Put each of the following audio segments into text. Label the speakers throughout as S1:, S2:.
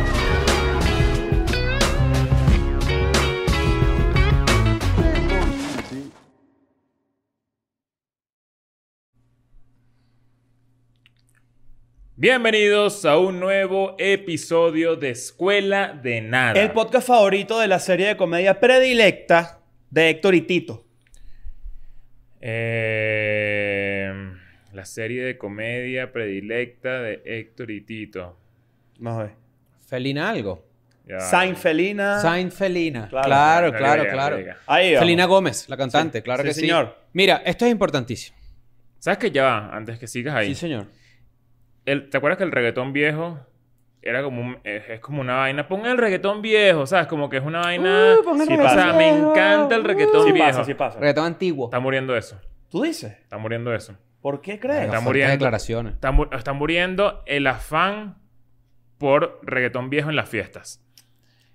S1: Bienvenidos a un nuevo episodio de Escuela de Nada.
S2: El podcast favorito de la serie de comedia predilecta de Héctor y Tito.
S1: Eh, la serie de comedia predilecta de Héctor y Tito.
S2: Vamos a ver.
S3: Felina algo.
S1: Ya.
S2: Saint Felina.
S3: Saint Felina.
S2: Claro.
S3: Claro,
S1: No
S3: claro,
S1: llega, no
S3: claro.
S1: llega.
S2: Ahí vamos.
S3: Felina Gómez, la cantante,
S2: Sí.
S3: claro
S2: Sí,
S3: que sí.
S2: señor.
S3: Mira, esto es importantísimo.
S1: ¿Sabes que ya va? Antes que sigas ahí.
S3: Sí, señor.
S1: El- ¿Te acuerdas que el reggaetón viejo era como un- es, es como una vaina? Pon el reggaetón viejo, ¿sabes? Como que es una vaina.
S3: Uh, pon el
S1: Sí
S2: reggaetón
S1: pasa. O sea, me
S3: viejo.
S1: encanta el reggaetón
S2: Sí
S1: viejo.
S2: pasa, sí pasa.
S3: Reggaetón antiguo.
S1: Está muriendo eso.
S2: ¿Tú dices?
S1: Está muriendo eso.
S2: ¿Por qué
S3: Venga,
S2: crees?
S1: Está
S3: fuertes
S1: muriendo.
S3: declaraciones.
S1: Está, mu- está muriendo el afán por reggaetón viejo en las fiestas.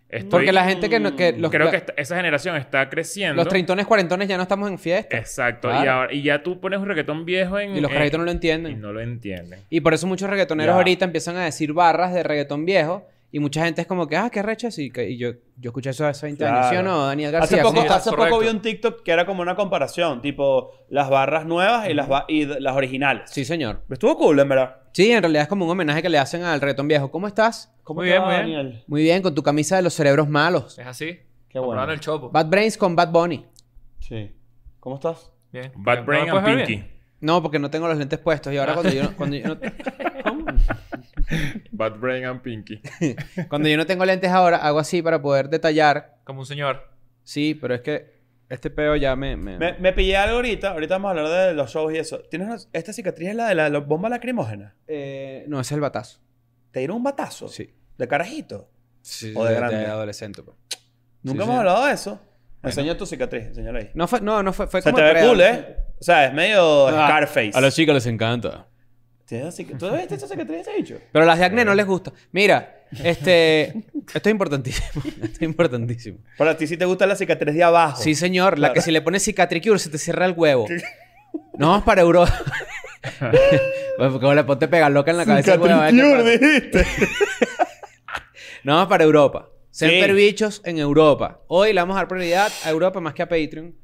S1: Estoy-
S3: Porque la gente que... no- que los,
S1: creo
S3: la-
S1: que esta- esa generación está creciendo.
S3: los treintones, cuarentones ya no estamos en fiesta.
S1: Exacto. Y,
S3: Claro.
S1: ahora, y ya tú pones un reggaetón viejo en.
S3: y los
S1: en-
S3: carritos no lo
S1: y
S3: entienden.
S1: no lo entienden.
S3: Y por eso muchos reggaetoneros
S2: Ya.
S3: ahorita empiezan a decir barras de reggaetón viejo. Y mucha gente es como que, ah, qué rechas. Y, que- y yo, yo escuché eso hace 20 años. ¿Sí o
S2: Claro.
S3: no, Daniel
S2: Hace
S3: García?
S2: poco,
S3: Sí.
S2: hace
S1: correcto.
S2: poco vi un TikTok que era como una comparación, tipo las barras nuevas y las, ba- y d- las originales.
S3: Sí, señor.
S2: Estuvo cool, en verdad.
S3: Sí, en realidad es como un homenaje que le hacen al reggaetón viejo. ¿Cómo estás?
S4: Muy bien, muy bien.
S2: Daniel?
S3: Muy bien, con tu camisa de los cerebros malos.
S4: Es así.
S2: Qué bueno.
S4: Compraron el chopo.
S3: Bad Brains con Bad Bunny.
S2: Sí. ¿Cómo estás?
S4: Bien. pues, ¿No
S1: Bad
S4: me
S1: Brain
S4: puedes
S1: and
S4: ver
S1: Pinky.
S4: bien?
S3: No, porque no tengo los lentes puestos. Y
S2: Ah.
S3: ahora cuando yo, no- cuando, yo no, ¿Cómo?
S1: Bad Brain and Pinky.
S3: cuando yo no tengo lentes ahora, hago así para poder detallar.
S4: Como un señor.
S3: Sí, pero es que este peo ya me... me-
S2: Me, me pillé algo ahorita. Ahorita vamos a hablar de los shows y eso. ¿Tienes una- esta cicatriz es la de la, la bomba lacrimógena?
S3: Eh, no, es el batazo.
S2: ¿Te dieron un batazo?
S3: Sí.
S2: ¿De carajito?
S3: Sí,
S2: O de grande.
S3: adolescente. pues.
S2: Nunca
S3: Sí,
S2: hemos
S3: sí.
S2: hablado de eso. Enseña tu cicatriz, enséñala ahí.
S3: No fue... No, no Ah. fue... fue
S2: Se
S3: como
S2: te ve
S3: pre-
S2: cool, ¿eh? O sea, es medio Scarface.
S3: chicas les encanta.
S2: ¿Tienes una cic- ¿Tú viste esa cicatriz de ese bicho?
S3: Pero las de acné no les gusta. Mira, este... Esto es importantísimo. Esto es importantísimo.
S2: Para ti sí te gusta la cicatriz de abajo.
S3: Sí, señor. La que si le pones cicatricure se te cierra el huevo. No vamos para Europa. Bueno, Porque le ponte pega loca en la cabeza. huevo, a ver qué pasa.
S2: Cicatricure, dijiste.
S3: No vamos para Europa. Ser
S2: Sí.
S3: perbichos en Europa. Hoy le vamos a dar prioridad a Europa más que a Patreon.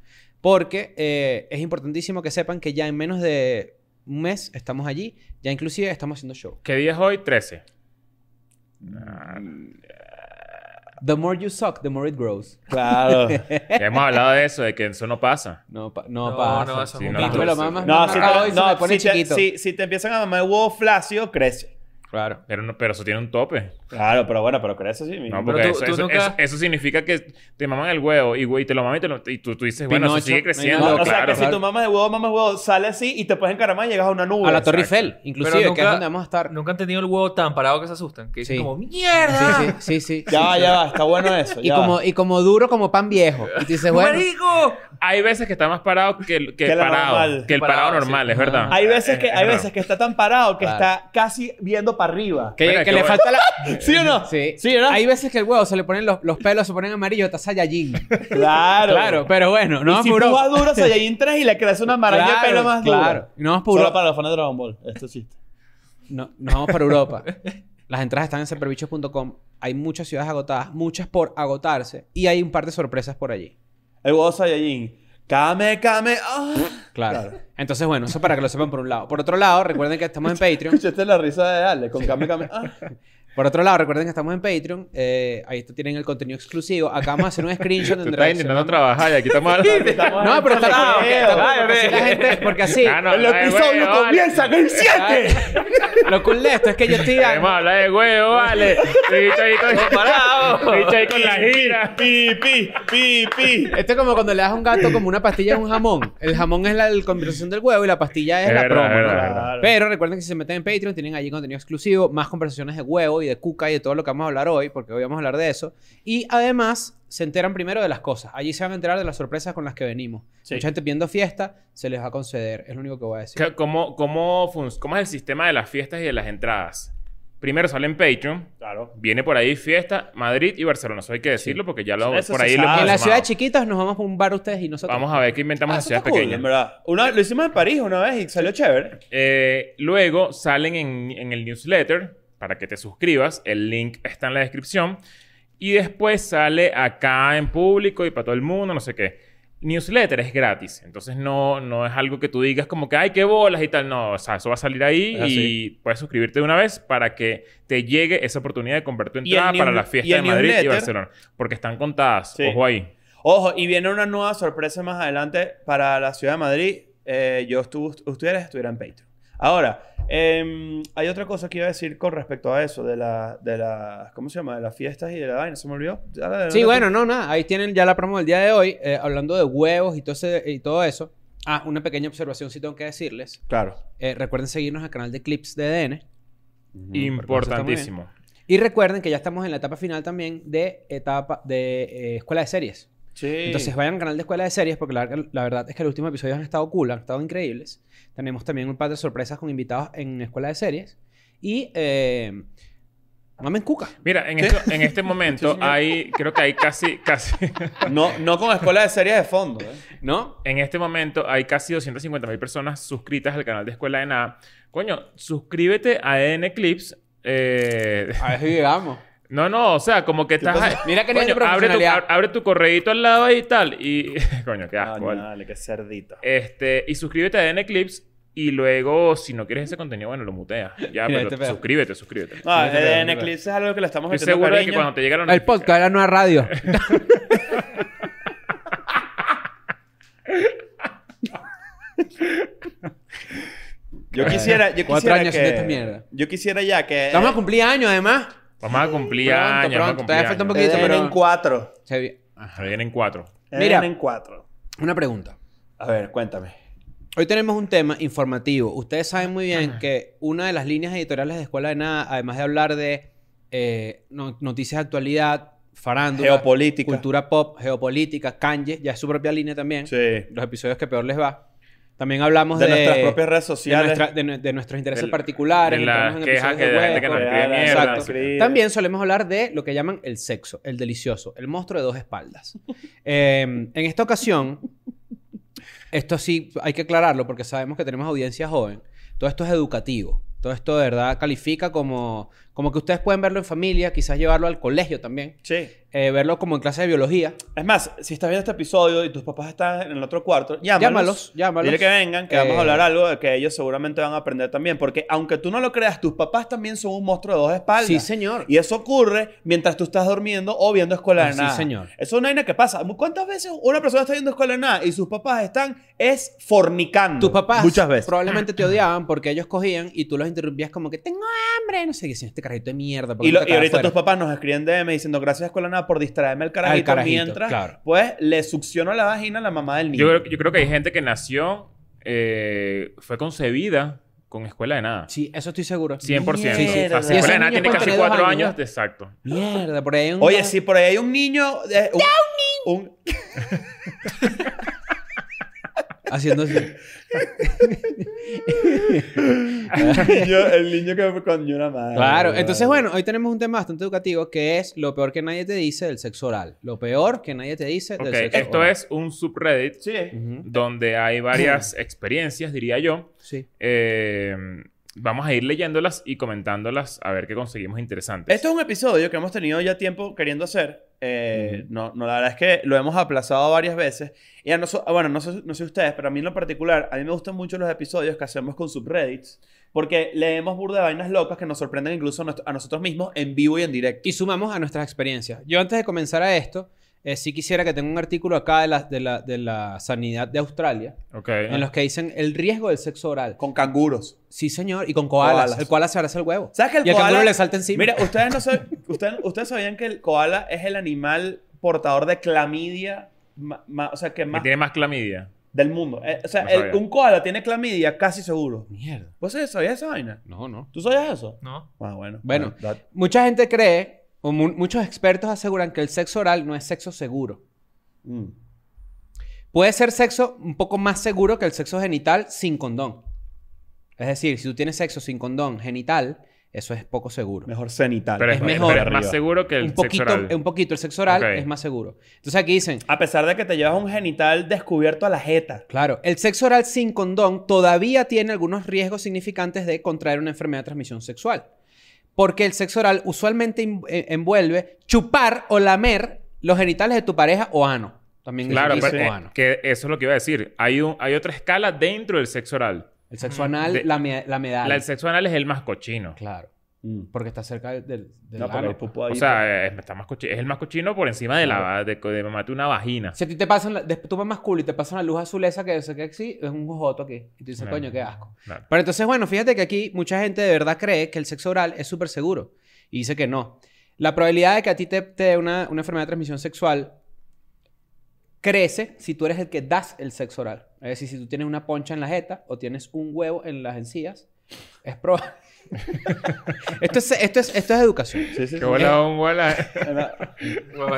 S3: Porque eh, es importantísimo que sepan que ya en menos de un mes estamos allí. Ya inclusive estamos haciendo show.
S1: ¿Qué día es hoy? 13.
S3: The more you suck, the more it grows.
S2: Claro.
S1: Ya hemos hablado de eso, de que eso no pasa.
S3: No, pa- no,
S4: No,
S3: pasa.
S4: no, eso es
S1: Sí,
S4: un
S1: no,
S4: mito.
S3: Tú me lo mamas,
S2: No,
S3: mamas,
S2: si
S3: ah, hoy
S2: te,
S3: se
S2: no,
S3: me pone
S2: si te-
S3: chiquito.
S2: si- si te empiezan a mamar el huevo flácido, crece.
S3: Claro.
S1: Pero, no, pero eso tiene un tope.
S2: Claro, pero bueno, pero crece sí mismo.
S1: No,
S4: Pero
S1: porque
S4: tú-
S1: eso,
S4: tú
S1: eso-
S4: nunca-
S1: eso- eso significa que te maman el huevo y, güey, te lo maman y, te lo- y tú, tú dices, bueno, eso
S3: Pinocho,
S1: sigue
S3: no hay
S1: creciendo.
S3: nada.
S2: o sea,
S1: claro.
S2: que si tú mamas de huevo, mamas de huevo, sale así y te puedes encaramar y llegas a una nube.
S3: A la Torre
S1: Exacto.
S3: Eiffel, inclusive,
S4: Pero
S3: que es
S4: nunca-
S3: donde vamos a estar.
S4: Nunca han tenido el huevo tan parado que se asustan. Que dicen
S3: Sí.
S4: como, ¡mierda!
S3: Sí, sí, sí, sí.
S2: Ya va, ya va, está bueno eso.
S3: Y
S2: ya
S3: como,
S2: va.
S3: y como duro como pan viejo. Y tú dices, bueno,
S4: ¡Marico!
S1: Hay veces que está más parado que el, que
S2: Que
S1: el
S2: la
S1: parado.
S2: normal.
S1: Que el parado,
S4: Parado, sí.
S1: normal, es verdad.
S2: Hay veces
S1: Es-
S2: que,
S1: es
S2: hay
S1: raro.
S2: veces que está tan parado que
S3: Claro.
S2: está casi viendo para arriba.
S3: que,
S1: Mira,
S3: que
S1: qué
S3: le
S1: bueno.
S3: falta la...
S2: ¿Sí o no?
S3: Sí.
S2: ¿Sí o no?
S3: Hay veces que el huevo se le ponen los, los pelos, se ponen amarillos, está Saiyajin.
S2: Claro.
S3: Claro, pero bueno, no
S2: y
S3: vamos
S2: si
S3: por
S2: tú vas
S3: Europa.
S2: duro, Saiyajin 3 y le creas una maraña de pelo más dura.
S3: claro. Y No vamos por
S2: Solo
S3: Europa.
S2: para los fans de Dragon Ball. Esto sí.
S3: No, no vamos para Europa. Las entradas están en superbichos.com. Hay muchas ciudades agotadas, muchas por agotarse. Y hay un par de sorpresas por allí.
S2: El huevo Saiyajin. Kame, kame. ah.
S3: Claro.
S2: Claro.
S3: Entonces, bueno, eso para que lo sepan por un lado. Por otro lado, recuerden que estamos en Patreon.
S2: Escuchaste la risa de Ale con kame, kame. ah.
S3: Por otro lado, recuerden que estamos en Patreon. Eh, ahí está- tienen el contenido exclusivo. Acá vamos a hacer un screenshot.
S1: Tú
S3: donde
S1: estás intentando trabajar y aquí estamos hablando.
S2: Estamos
S3: No,
S2: en
S3: pero está
S2: Toledo.
S3: porque, porque así la gente, porque así,
S1: Ah, no,
S2: El
S1: ay,
S2: episodio
S1: güey, vale.
S2: comienza con el 7.
S3: lo cool de esto es que yo estoy
S1: Queremos hablar de huevo, vale. Estoy ahí con,
S4: parado.
S1: estoy ahí con la gira.
S2: Pi, pi, pi, pi.
S3: Esto es como cuando le das a un gato como una pastilla a un jamón. El jamón es la, la conversación del huevo y la pastilla es,
S1: Es
S3: la
S1: verdad,
S3: promo.
S1: es
S3: ¿no?
S1: verdad, es
S2: verdad.
S3: Pero recuerden que si se meten en Patreon tienen allí contenido exclusivo, más conversaciones de huevo y de cuca y de todo lo que vamos a hablar hoy, porque hoy vamos a hablar de eso. Y además se enteran primero de las cosas. Allí se van a enterar de las sorpresas con las que venimos.
S2: Sí.
S3: Mucha gente pidiendo fiesta, se les va a conceder. Es lo único que voy a decir.
S1: ¿Qué- ¿Cómo, cómo, fun- ¿Cómo es el sistema de las fiestas y de las entradas? Primero sale en Patreon.
S2: Claro.
S1: Viene por ahí fiesta, Madrid y Barcelona. Eso hay que decirlo porque ya lo,
S2: Eso
S1: por
S2: se
S1: ahí lo
S2: sabe.
S1: hemos
S3: En la
S1: sumado.
S3: ciudad chiquitas nos vamos a un bar ustedes y nosotros.
S1: Ah, Vamos a ver qué inventamos
S2: Ah,
S1: en
S2: eso
S1: ciudades
S2: está cool,
S1: pequeñas.
S2: en verdad. Una, lo hicimos en París una vez y salió chévere.
S1: Eh, luego salen en, en el newsletter para que te suscribas. El link está en la descripción. Y después sale acá en público y para todo el mundo, no sé qué. Newsletter es gratis. Entonces no, no es algo que tú digas como que, ay, qué bolas y tal. No, o sea, eso va a salir ahí
S2: Es así.
S1: y puedes suscribirte de una vez para que te llegue esa oportunidad de comprar tu
S2: el
S1: entrada para
S2: news-
S1: la
S2: y
S1: fiesta de
S2: el
S1: Madrid y
S2: newsletter-
S1: Barcelona. Porque están contadas.
S2: Sí.
S1: Ojo ahí.
S2: Ojo, y viene una nueva sorpresa más adelante para la ciudad de Madrid. Eh, yo estuve, ustedes estuvieran en Patreon. Ahora, em, hay otra cosa que iba a decir con respecto a eso, de la, de la, ¿cómo se llama? De las fiestas y de la vaina, se me olvidó. Ya la-
S3: Sí,
S2: la-
S3: bueno, no, nada. Ahí tienen ya la promo del día de hoy, eh, hablando de huevos y todo, ese- y todo eso. Ah, una pequeña observación sí tengo que decirles.
S2: Claro.
S3: Eh, recuerden seguirnos al canal de Clips de DN.
S1: Importantísimo.
S3: Y recuerden que ya estamos en la etapa final también de etapa de eh, Escuela de Series.
S2: Sí.
S3: Entonces vayan al canal de Escuela de Series porque la, la verdad es que los últimos episodios han estado cool, han estado increíbles. Tenemos también un par de sorpresas con invitados en Escuela de Series. Y... Eh, Mamen Cuca.
S1: Mira, en, esto- en este momento
S2: señor.
S1: hay, creo que hay casi, casi,
S2: no, no con escuela de series de fondo. ¿eh?
S3: ¿No?
S1: En este momento hay casi 250 mil personas suscritas al canal de Escuela de Nada. Coño, suscríbete a EN Clips. eh,
S3: A ver si llegamos.
S1: no, no, o sea, como que estás.
S2: pasa?
S3: Mira que nivel de
S1: Coño, abre tu,
S3: profesionalidad.
S1: ab- abre tu correíto al lado y tal. Y. Coño, qué asco.
S2: Coño,
S1: ¿vale?
S2: dale, qué cerdito.
S1: Este, y suscríbete a EN Clips. Y luego, si no quieres ese contenido, bueno, lo muteas. Ya,
S3: Mira,
S1: pero
S3: este pedo.
S1: suscríbete, suscríbete.
S2: No,
S3: no te preocupes.
S2: en Eclipse es algo que le estamos
S1: Estoy
S2: metiendo
S1: seguro de que
S2: cariño.
S1: cuando te llega la
S3: El
S1: notificación-
S3: podcast, la nueva radio.
S2: Yo quisiera, yo
S3: Cuatro
S2: quisiera
S3: años
S2: que...
S3: sin esta mierda.
S2: Yo quisiera ya que...
S3: Estamos a cumplir años, además.
S1: Vamos a cumplir
S3: Pronto,
S1: años. vamos a
S3: pronto,
S1: cumplir
S3: todavía falta un
S1: años.
S3: poquito,
S2: Te den
S3: pero-
S2: en cuatro.
S3: Se vi-
S1: Ajá, Vienen cuatro.
S2: Te
S3: Mira.
S2: den en cuatro.
S3: Una pregunta.
S2: A ver, cuéntame.
S3: Hoy tenemos un tema informativo. Ustedes saben muy bien que una de las líneas editoriales de Escuela de Nada, además de hablar de eh, no- noticias de actualidad, farándula,
S2: Geopolítica.
S3: cultura pop, geopolítica, kanji, ya es su propia línea también.
S2: Sí.
S3: Los episodios que peor les va. También hablamos
S2: de,
S3: de,
S2: nuestras propias redes
S3: de,
S2: sociales.
S3: nuestra- de nu- de nuestros intereses
S1: Del-
S3: particulares.
S1: de las
S3: entramos en
S1: quejas que
S3: episodios de
S1: la gente que nos
S3: hueco.
S2: Real,
S1: escribe mierda.
S2: exacto.
S1: Escribe.
S3: También solemos hablar de lo que llaman el sexo, el delicioso, el monstruo de dos espaldas. Eh, en esta ocasión, esto sí hay que aclararlo porque sabemos que tenemos audiencia joven. Todo esto es educativo. Todo esto de verdad califica como, como que ustedes pueden verlo en familia, quizás llevarlo al colegio también,
S2: Sí.
S3: eh, verlo como en clase de biología.
S2: Es más, si estás viendo este episodio y tus papás están en el otro cuarto, llámalos.
S3: Llámalos, llámalos.
S2: Dile que vengan, que vamos
S3: Eh,
S2: a hablar algo de que ellos seguramente van a aprender también. Porque aunque tú no lo creas, tus papás también son un monstruo de dos espaldas.
S3: Sí, señor.
S2: Y eso ocurre mientras tú estás durmiendo o viendo Escuela de
S3: Así,
S2: Nada.
S3: señor.
S2: Eso es una vaina que pasa. ¿Cuántas veces una persona está viendo Escuela de Nada y sus papás están es fornicando?
S3: Tus papás
S2: Muchas veces.
S3: probablemente te odiaban porque ellos cogían y tú los interrumpías como que tengo hambre, no sé qué, este carrito de mierda. ¿por qué
S2: Y, lo-
S3: no te
S2: y ahorita
S3: acabas
S2: tus papás nos escriben DM diciendo gracias Escuela de Nada por distraerme el carajito,
S3: carajito,
S2: mientras
S3: claro.
S2: pues le succiono la vagina a la mamá del niño.
S1: Yo creo, yo creo que hay gente que nació, eh, fue concebida con escuela de nada.
S3: fuera? Sí, eso estoy seguro.
S1: 100%.
S2: Mierda.
S1: O sea, escuela
S2: Y esos
S1: de nada
S3: niños
S1: tiene
S3: pueden
S1: casi
S3: tener
S1: cuatro
S3: dos
S1: años.
S3: años,
S1: de- Exacto.
S3: Mierda, por ahí hay un...
S2: Oye, si por ahí hay un niño. eh, un, un-
S3: Haciendo así.
S2: el, niño, el niño que me coño una madre.
S3: Claro.
S2: vale.
S3: Entonces, bueno, hoy tenemos un tema bastante educativo que es lo peor que nadie te dice del sexo oral. Lo peor que nadie te dice del
S1: Ok,
S3: sexo
S1: Esto
S3: oral.
S1: es un subreddit
S2: Sí.
S3: Ujú.
S1: donde hay varias experiencias, diría yo.
S3: Sí.
S1: Eh, vamos a ir leyéndolas y comentándolas a ver qué conseguimos interesantes.
S2: Esto es un episodio que hemos tenido ya tiempo queriendo hacer. Eh, no, no, la verdad es que lo hemos aplazado varias veces. Y a noso- bueno, no sé, no sé ustedes, pero a mí en lo particular, a mí me gustan mucho los episodios que hacemos con subreddits. Porque leemos burda de vainas locas que nos sorprenden incluso a, nos- a nosotros mismos en vivo y en directo.
S3: Y sumamos a nuestras experiencias. Yo antes de comenzar a esto, eh, sí quisiera que tenga un artículo acá de la, de la, de la sanidad de Australia.
S1: Ok.
S3: En los que dicen el riesgo del sexo oral.
S2: Con canguros.
S3: Sí, señor. Y con koalas.
S2: Koalas.
S3: El koala se abraza el huevo.
S2: ¿Sabes que el
S3: y el
S2: koala-
S3: canguro le salta encima.
S2: Mira, ustedes no saben, ustedes, ustedes sabían que el koala es el animal portador de clamidia, ma- ma- o sea, que
S1: Que
S2: más
S1: tiene más clamidia.
S2: del mundo. Eh, o sea,
S1: No
S2: el-
S1: sabía.
S2: un koala tiene clamidia casi seguro.
S3: Mierda.
S2: ¿Vos sabías esa vaina?
S3: No, no.
S2: ¿Tú sabías eso?
S4: No.
S2: Ah, bueno.
S3: Bueno.
S2: Da-
S3: Mucha gente cree o mu- muchos expertos aseguran que el sexo oral no es sexo seguro.
S2: Mm.
S3: Puede ser sexo un poco más seguro que el sexo genital sin condón. Es decir, si tú tienes sexo sin condón genital, eso es poco seguro.
S2: Mejor cenital.
S1: Pero es,
S3: Es
S1: pero
S3: mejor.
S1: es más seguro que el
S3: un poquito,
S1: sexo oral.
S3: un poquito el sexo oral
S1: Ok.
S3: es más seguro. Entonces aquí dicen,
S2: A pesar de que te llevas un genital descubierto a la jeta.
S3: claro, el sexo oral sin condón todavía tiene algunos riesgos significantes de contraer una enfermedad de transmisión sexual. Porque el sexo oral usualmente in- eh, envuelve chupar o lamer los genitales de tu pareja o ano. También
S1: Claro,
S3: dicen
S1: pero
S3: o
S1: eh,
S3: ano.
S1: que eso es lo que iba a decir. Hay, un, hay otra escala dentro del sexo oral.
S3: El sexo anal,
S1: de-
S3: la, me- la medalla.
S1: La- el sexo anal es el más cochino.
S3: Claro,
S2: Mm.
S3: porque está cerca del, del, del
S2: No, porque
S3: ano.
S2: el pupo ahí.
S1: O sea, eh, es, está más cochi- es el más cochino por encima de la de, de mamarte una vagina.
S3: Si a ti te pasan, la, después tú mamas culo y te pasan la luz azul esa que sé que sí, es un jojoto aquí. Y tú dices,
S1: Claro.
S3: coño, qué asco.
S1: Claro.
S3: Pero entonces, bueno, fíjate que aquí mucha gente de verdad cree que el sexo oral es súper seguro. Y dice que no. La probabilidad de que a ti te, te dé una, una enfermedad de transmisión sexual crece si tú eres el que das el sexo oral. Es decir, si tú tienes una poncha en la jeta o tienes un huevo en las encías, es probable. esto, es, esto, es, esto es educación.
S2: Sí, sí,
S1: Que
S2: sí.
S1: bola un bola.
S4: Huevo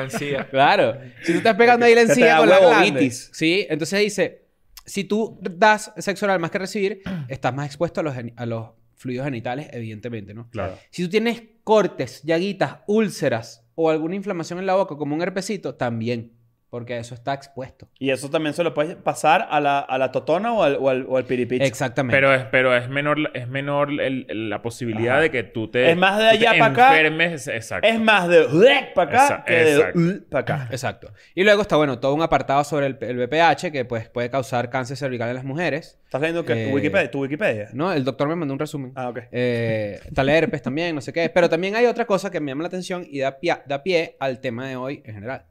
S4: encía.
S3: Claro. Si tú estás pegando ahí la
S2: Que te
S3: encía
S2: da
S3: con la
S2: huevovitis.
S3: glande. Sí. Entonces dice, si tú das sexo oral más que recibir, estás más expuesto a los, geni- a los fluidos genitales, evidentemente, ¿no?
S1: Claro.
S3: Si tú tienes cortes, llaguitas, úlceras o alguna inflamación en la boca, como un herpesito, también. Porque a eso está expuesto.
S2: Y eso también se lo puedes pasar a la, a la totona o al, o al, o al piripicho.
S3: Exactamente.
S1: Pero es, pero es menor, la- es menor el- el- la posibilidad de que tú te,
S2: Es más de
S1: tú te
S2: allá pa' acá.
S1: enfermes. Exacto.
S2: Es más de para acá
S1: Esa-
S2: que
S1: exacto.
S2: de para acá.
S3: Exacto. Y luego está, bueno, todo un apartado sobre el, el BPH que pues, puede causar cáncer cervical en las mujeres.
S2: ¿Estás leyendo que
S3: Eh,
S2: tu Wikipedia? ¿Tu Wikipedia?
S3: ¿No? El doctor me mandó un resumen.
S2: Ah, ok.
S3: Eh, tal herpes también, no sé qué. Pero también hay otra cosa que me llama la atención y da pie, da pie al tema de hoy en general.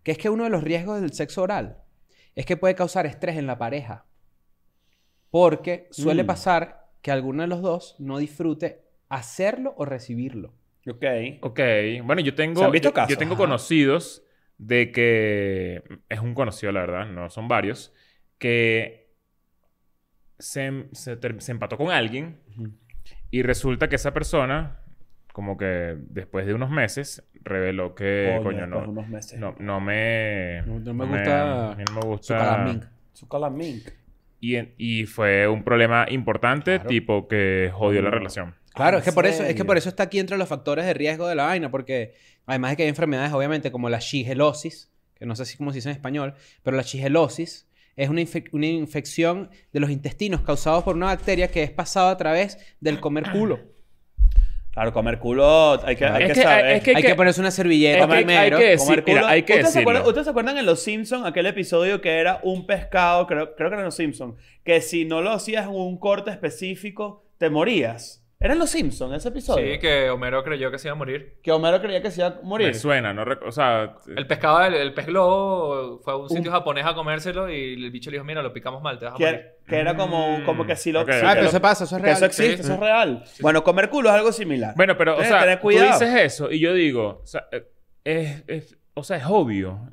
S3: Que es que uno de los riesgos del sexo oral es que puede causar estrés en la pareja. Porque suele
S2: Mm.
S3: pasar que alguno de los dos no disfrute hacerlo o recibirlo.
S2: Ok.
S1: Ok. Bueno, yo tengo,
S2: ¿Se han visto
S1: yo,
S2: casos?
S1: yo tengo
S2: Ajá.
S1: conocidos de que. Es un conocido, la verdad, no son varios. Que se, se ter- se empató con alguien y resulta que esa persona, como que después de unos meses, reveló que, coño,
S2: después de
S1: no,
S2: unos meses.
S1: no, no me.
S3: este, No- no me gusta
S1: a mí no me
S3: Su
S1: gusta.
S3: calamín.
S2: Su calamink.
S1: Y, en- y fue un problema importante,
S3: Claro.
S1: tipo que jodió la relación.
S3: Claro,
S2: Ah, ¿En
S3: es que, por eso, es que
S2: serio?
S3: por eso está aquí entre los factores de riesgo de la vaina, porque además de que hay enfermedades, obviamente, como la shigelosis, que no sé si cómo se dice en español, pero la shigelosis es una, infec- una infección de los intestinos causados por una bacteria que es pasada a través del comer culo.
S2: Claro, comer culo hay que, hay
S1: Es
S2: que,
S1: que-
S2: saber.
S1: es que-
S3: hay que, ponerse una servilleta
S1: es que hay-
S3: primero.
S1: hay que-
S2: Comer
S1: decir- mira, hay que
S2: ¿Ustedes, se
S1: decirlo.
S2: acuerdan, ustedes se acuerdan en Los Simpsons aquel episodio que era un pescado, creo, creo que era en Los Simpsons, que si no lo hacías en un corte específico, te morías? Era en Los Simpsons ese episodio.
S4: Sí, que Homero creyó que se iba a morir.
S2: Que Homero creía que se iba a morir.
S1: Me suena, no rec- o sea,
S4: El pescado, el, el pez globo, fue a un sitio japonés a comérselo y el bicho le dijo, mira, lo picamos mal, te vas a
S2: Que,
S4: morir.
S2: era- que era como, como que si lo...
S1: Ok.
S2: si te
S3: Ah, pero
S2: lo-
S3: eso pasa, eso es
S2: que
S3: real.
S2: eso existe,
S4: Sí.
S2: eso es real. Bueno, comer culo es algo similar.
S1: Bueno, pero, o
S2: Tienes
S1: sea,
S2: que tener
S1: tú
S2: cuidado.
S1: dices eso y yo digo, o sea, eh, es, es- o sea, es obvio.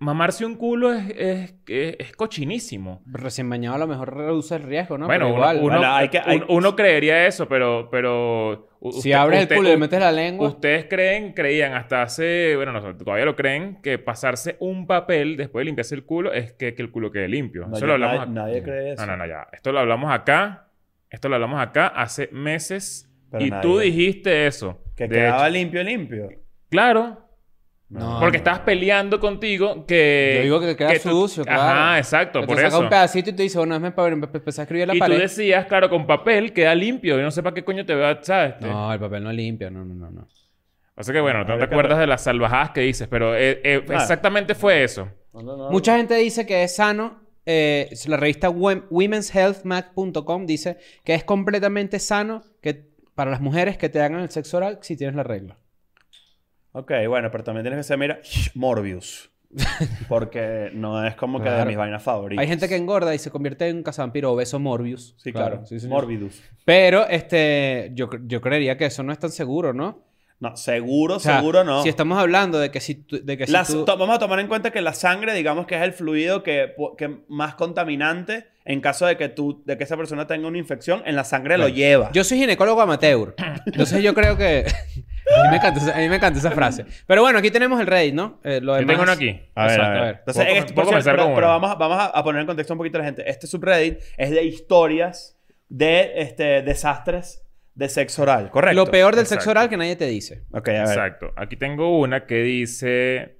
S1: Mamarse un culo es, es, es- es cochinísimo.
S3: Recién bañado a lo mejor reduce el riesgo, ¿no?
S1: bueno,
S3: Pero
S1: uno,
S3: igual.
S1: uno-
S2: Bueno, hay que- hay-
S1: un- uno creería eso, pero... pero u-
S3: si
S1: usted-
S3: abres
S1: usted-
S3: el culo y le
S1: u-
S3: metes la lengua,
S1: Ustedes creen, creían hasta hace, bueno, no, todavía lo creen, que pasarse un papel después de limpiarse el culo es que, que el culo quede limpio.
S2: No,
S1: eso
S2: yo-
S1: lo hablamos
S2: nadie,
S1: acá.
S2: nadie cree eso.
S1: No, no, no, ya. Esto lo hablamos acá. Esto lo hablamos acá hace meses.
S2: Pero
S1: y
S2: nadie.
S1: tú dijiste eso.
S2: Que
S1: de
S2: quedaba
S1: hecho.
S2: limpio, limpio.
S1: Claro.
S3: No,
S1: porque
S3: no.
S1: estabas peleando contigo Eh, que...
S3: Ah. Yo digo que queda
S1: tú-
S3: sucio, claro.
S1: Ajá, exacto.
S3: te
S1: por
S3: saca
S1: eso.
S3: un pedacito y te dice, bueno, es para empezar a escribir la
S1: Y tú
S3: pared.
S1: decías, claro, con papel queda limpio. Yo no sé para qué coño te va a echar este.
S3: No, el papel no limpia, no, no, no. no.
S1: Así que bueno, no te
S2: Habría que
S1: acuerdas de las salvajadas que dices, pero eh, eh,
S2: Ah.
S1: exactamente fue eso.
S2: No, no, no.
S3: Mucha gente dice que es sano. eh, la revista Wom- womenshealthmag.com dice que es completamente sano que para las mujeres que te hagan el sexo oral si tienes la regla.
S2: Ok, bueno, pero también tienes que ser, mira, Morbius. Porque no es como que de
S3: Claro.
S2: mis vainas favoritas.
S3: Hay gente que engorda y se convierte en un cazampiro obeso Morbius.
S2: Sí, claro.
S3: sí, señor.
S2: Morbidus.
S3: Pero este, yo, cre- yo creería que eso no es tan seguro, ¿no?
S2: No, seguro,
S3: O sea,
S2: seguro no.
S3: Si estamos hablando de que si tú- de que si
S2: La-
S3: tú-
S2: to- vamos a tomar en cuenta que la sangre, digamos que es el fluido que, po- que más contaminante en caso de que, tú, de que esa persona tenga una infección, en la sangre lo lleva.
S3: Yo soy ginecólogo amateur. Entonces yo creo que A mí me encanta, esa- a mí me encanta esa frase. Pero bueno, aquí tenemos el Reddit, ¿no? Eh, lo
S1: Yo
S3: demás-
S1: tengo uno aquí.
S2: A ver,
S3: Exacto,
S2: a
S3: a
S2: ver.
S3: ver.
S2: Entonces,
S1: Puedo-
S2: este-
S1: puedo
S2: por cierto,
S1: comenzar
S2: pero,
S1: con uno.
S2: pero vamos, a, vamos a- a poner en contexto un poquito a la gente. Este subreddit es de historias de este, desastres de sexo oral, ¿correcto?
S3: Lo peor del sexo
S1: Exacto.
S3: oral que nadie te dice.
S2: Ok, a ver.
S1: Exacto. Aquí tengo una que dice...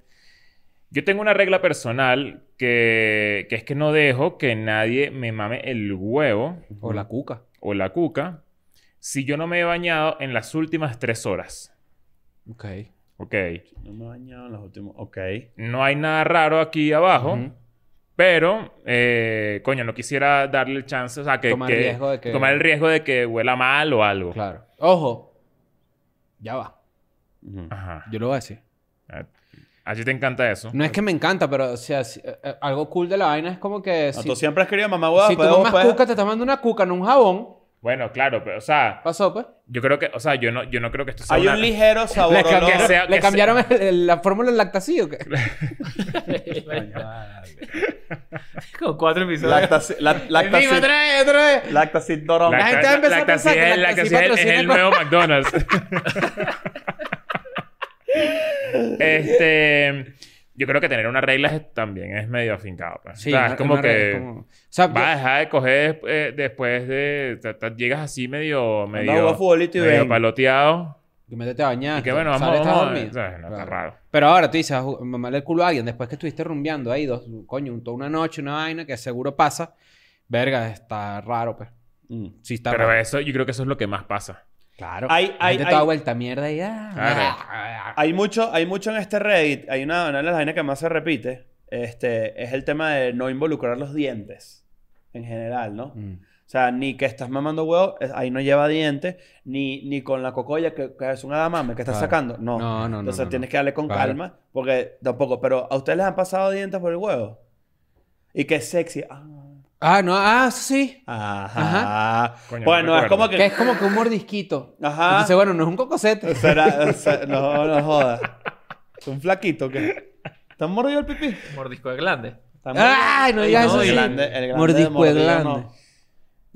S1: Yo tengo una regla personal que, que es que no dejo que nadie me mame el huevo
S3: O la cuca.
S1: o la cuca si yo no me he bañado en las últimas tres horas.
S3: Ok.
S1: Ok.
S2: No me he bañado en los últimos... Ok.
S1: No hay nada raro aquí abajo.
S3: Ujú.
S1: Pero, eh, coño, no quisiera darle el chance, o sea, que...
S3: Tomar
S1: que-
S3: riesgo de que-
S1: Tomar el riesgo de que huela mal o algo.
S3: Claro. Ojo. Ya va.
S2: Ujú.
S1: Ajá.
S3: Yo lo voy a decir.
S1: A ti te encanta eso.
S3: No es que me encanta, pero o sea, si- eh, eh, algo cool de la vaina es como que
S2: No,
S3: si,
S2: Tú siempre has querido mamá huevo,
S3: si tú
S1: pues,
S2: pero
S3: tomas
S2: después-
S3: cuca, te estás mandando una cuca, no un jabón.
S1: Bueno, claro, pero, o sea,
S3: Pasó, pues.
S1: yo creo que, o sea, yo no, yo no creo que esto sea
S2: Hay
S1: una-
S2: un ligero sabor
S3: Le,
S2: olor.
S1: que
S3: cambiaron,
S1: sea-
S3: le
S1: que
S3: cambiaron el- el- la fórmula del lactací o qué?
S4: Con cuatro episodios.
S2: Lactacid... lac-
S3: Sí,
S2: Lactacid...
S3: otra vez, otra vez.
S2: Lactacid dorón.
S3: La- gente va a empezar a pensar que
S1: es-
S3: Lactasil
S1: Lactasil es, es el nuevo
S3: patrocina
S1: McDonald's. este, yo creo que tener unas reglas es- también es medio afincado. pues.
S3: Sí,
S1: o sea,
S3: una-
S1: es como
S3: una
S1: que
S3: regla, es como- O sea,
S1: vas a
S3: yo-
S1: dejar de coger eh, después de, te- te- llegas así medio,
S2: Anda a jugar
S1: medio,
S2: futbolito y
S1: medio
S2: ven.
S1: paloteado.
S3: que métete a bañar.
S1: Y que bueno, vamos,
S3: sale, estás
S1: vamos a-
S3: dormido.
S1: ¿sabes? No, está
S3: Claro.
S1: raro.
S3: Pero ahora tú dices, a ju- mamarle el culo a alguien después que estuviste rumbeando ahí, dos, coño, un- toda una noche, una vaina que seguro pasa. Verga, está raro, pues.
S2: Mm.
S3: Sí, está
S1: Pero
S3: raro.
S1: eso, yo creo que eso es lo que más pasa.
S3: Claro.
S2: Hay-
S3: La
S2: hay-
S3: gente toda
S2: hay-
S3: vuelta a mierda y ah,
S1: Claro.
S3: ah, ah.
S2: Hay mucho, hay mucho en este Reddit. Hay una, una de las vainas que más se repite. Este, es el tema de no involucrar los dientes. En general, ¿no?
S3: Mm.
S2: O sea, ni que estás mamando huevo, eh, ahí no lleva dientes, ni, ni con la cocoya, que, que es una adamame que estás
S3: Claro.
S2: sacando. No.
S3: No, no, no.
S2: Entonces
S3: no,
S2: tienes
S3: no.
S2: que darle con
S3: Claro.
S2: calma, porque tampoco. Pero a ustedes les han pasado dientes por el huevo. Y que es sexy. Ah,
S3: Ah, no, ah, sí.
S2: Ajá.
S1: Coño, no
S2: bueno, es
S1: recuerdo.
S2: como que.
S3: Que es como que un mordisquito.
S1: Ah.
S2: Ajá.
S3: Entonces, bueno, no es un cocosete.
S2: Será- se- no, no jodas. Un flaquito que. ¿Te han mordido el pipí?
S4: Mordisco de glande.
S2: ¿Te han mordido?
S3: ¡Ay, no digas
S4: no,
S3: eso!
S4: el
S3: sí.
S4: grande,
S3: Mordisco
S2: mordido,
S3: de
S2: no.
S3: glande.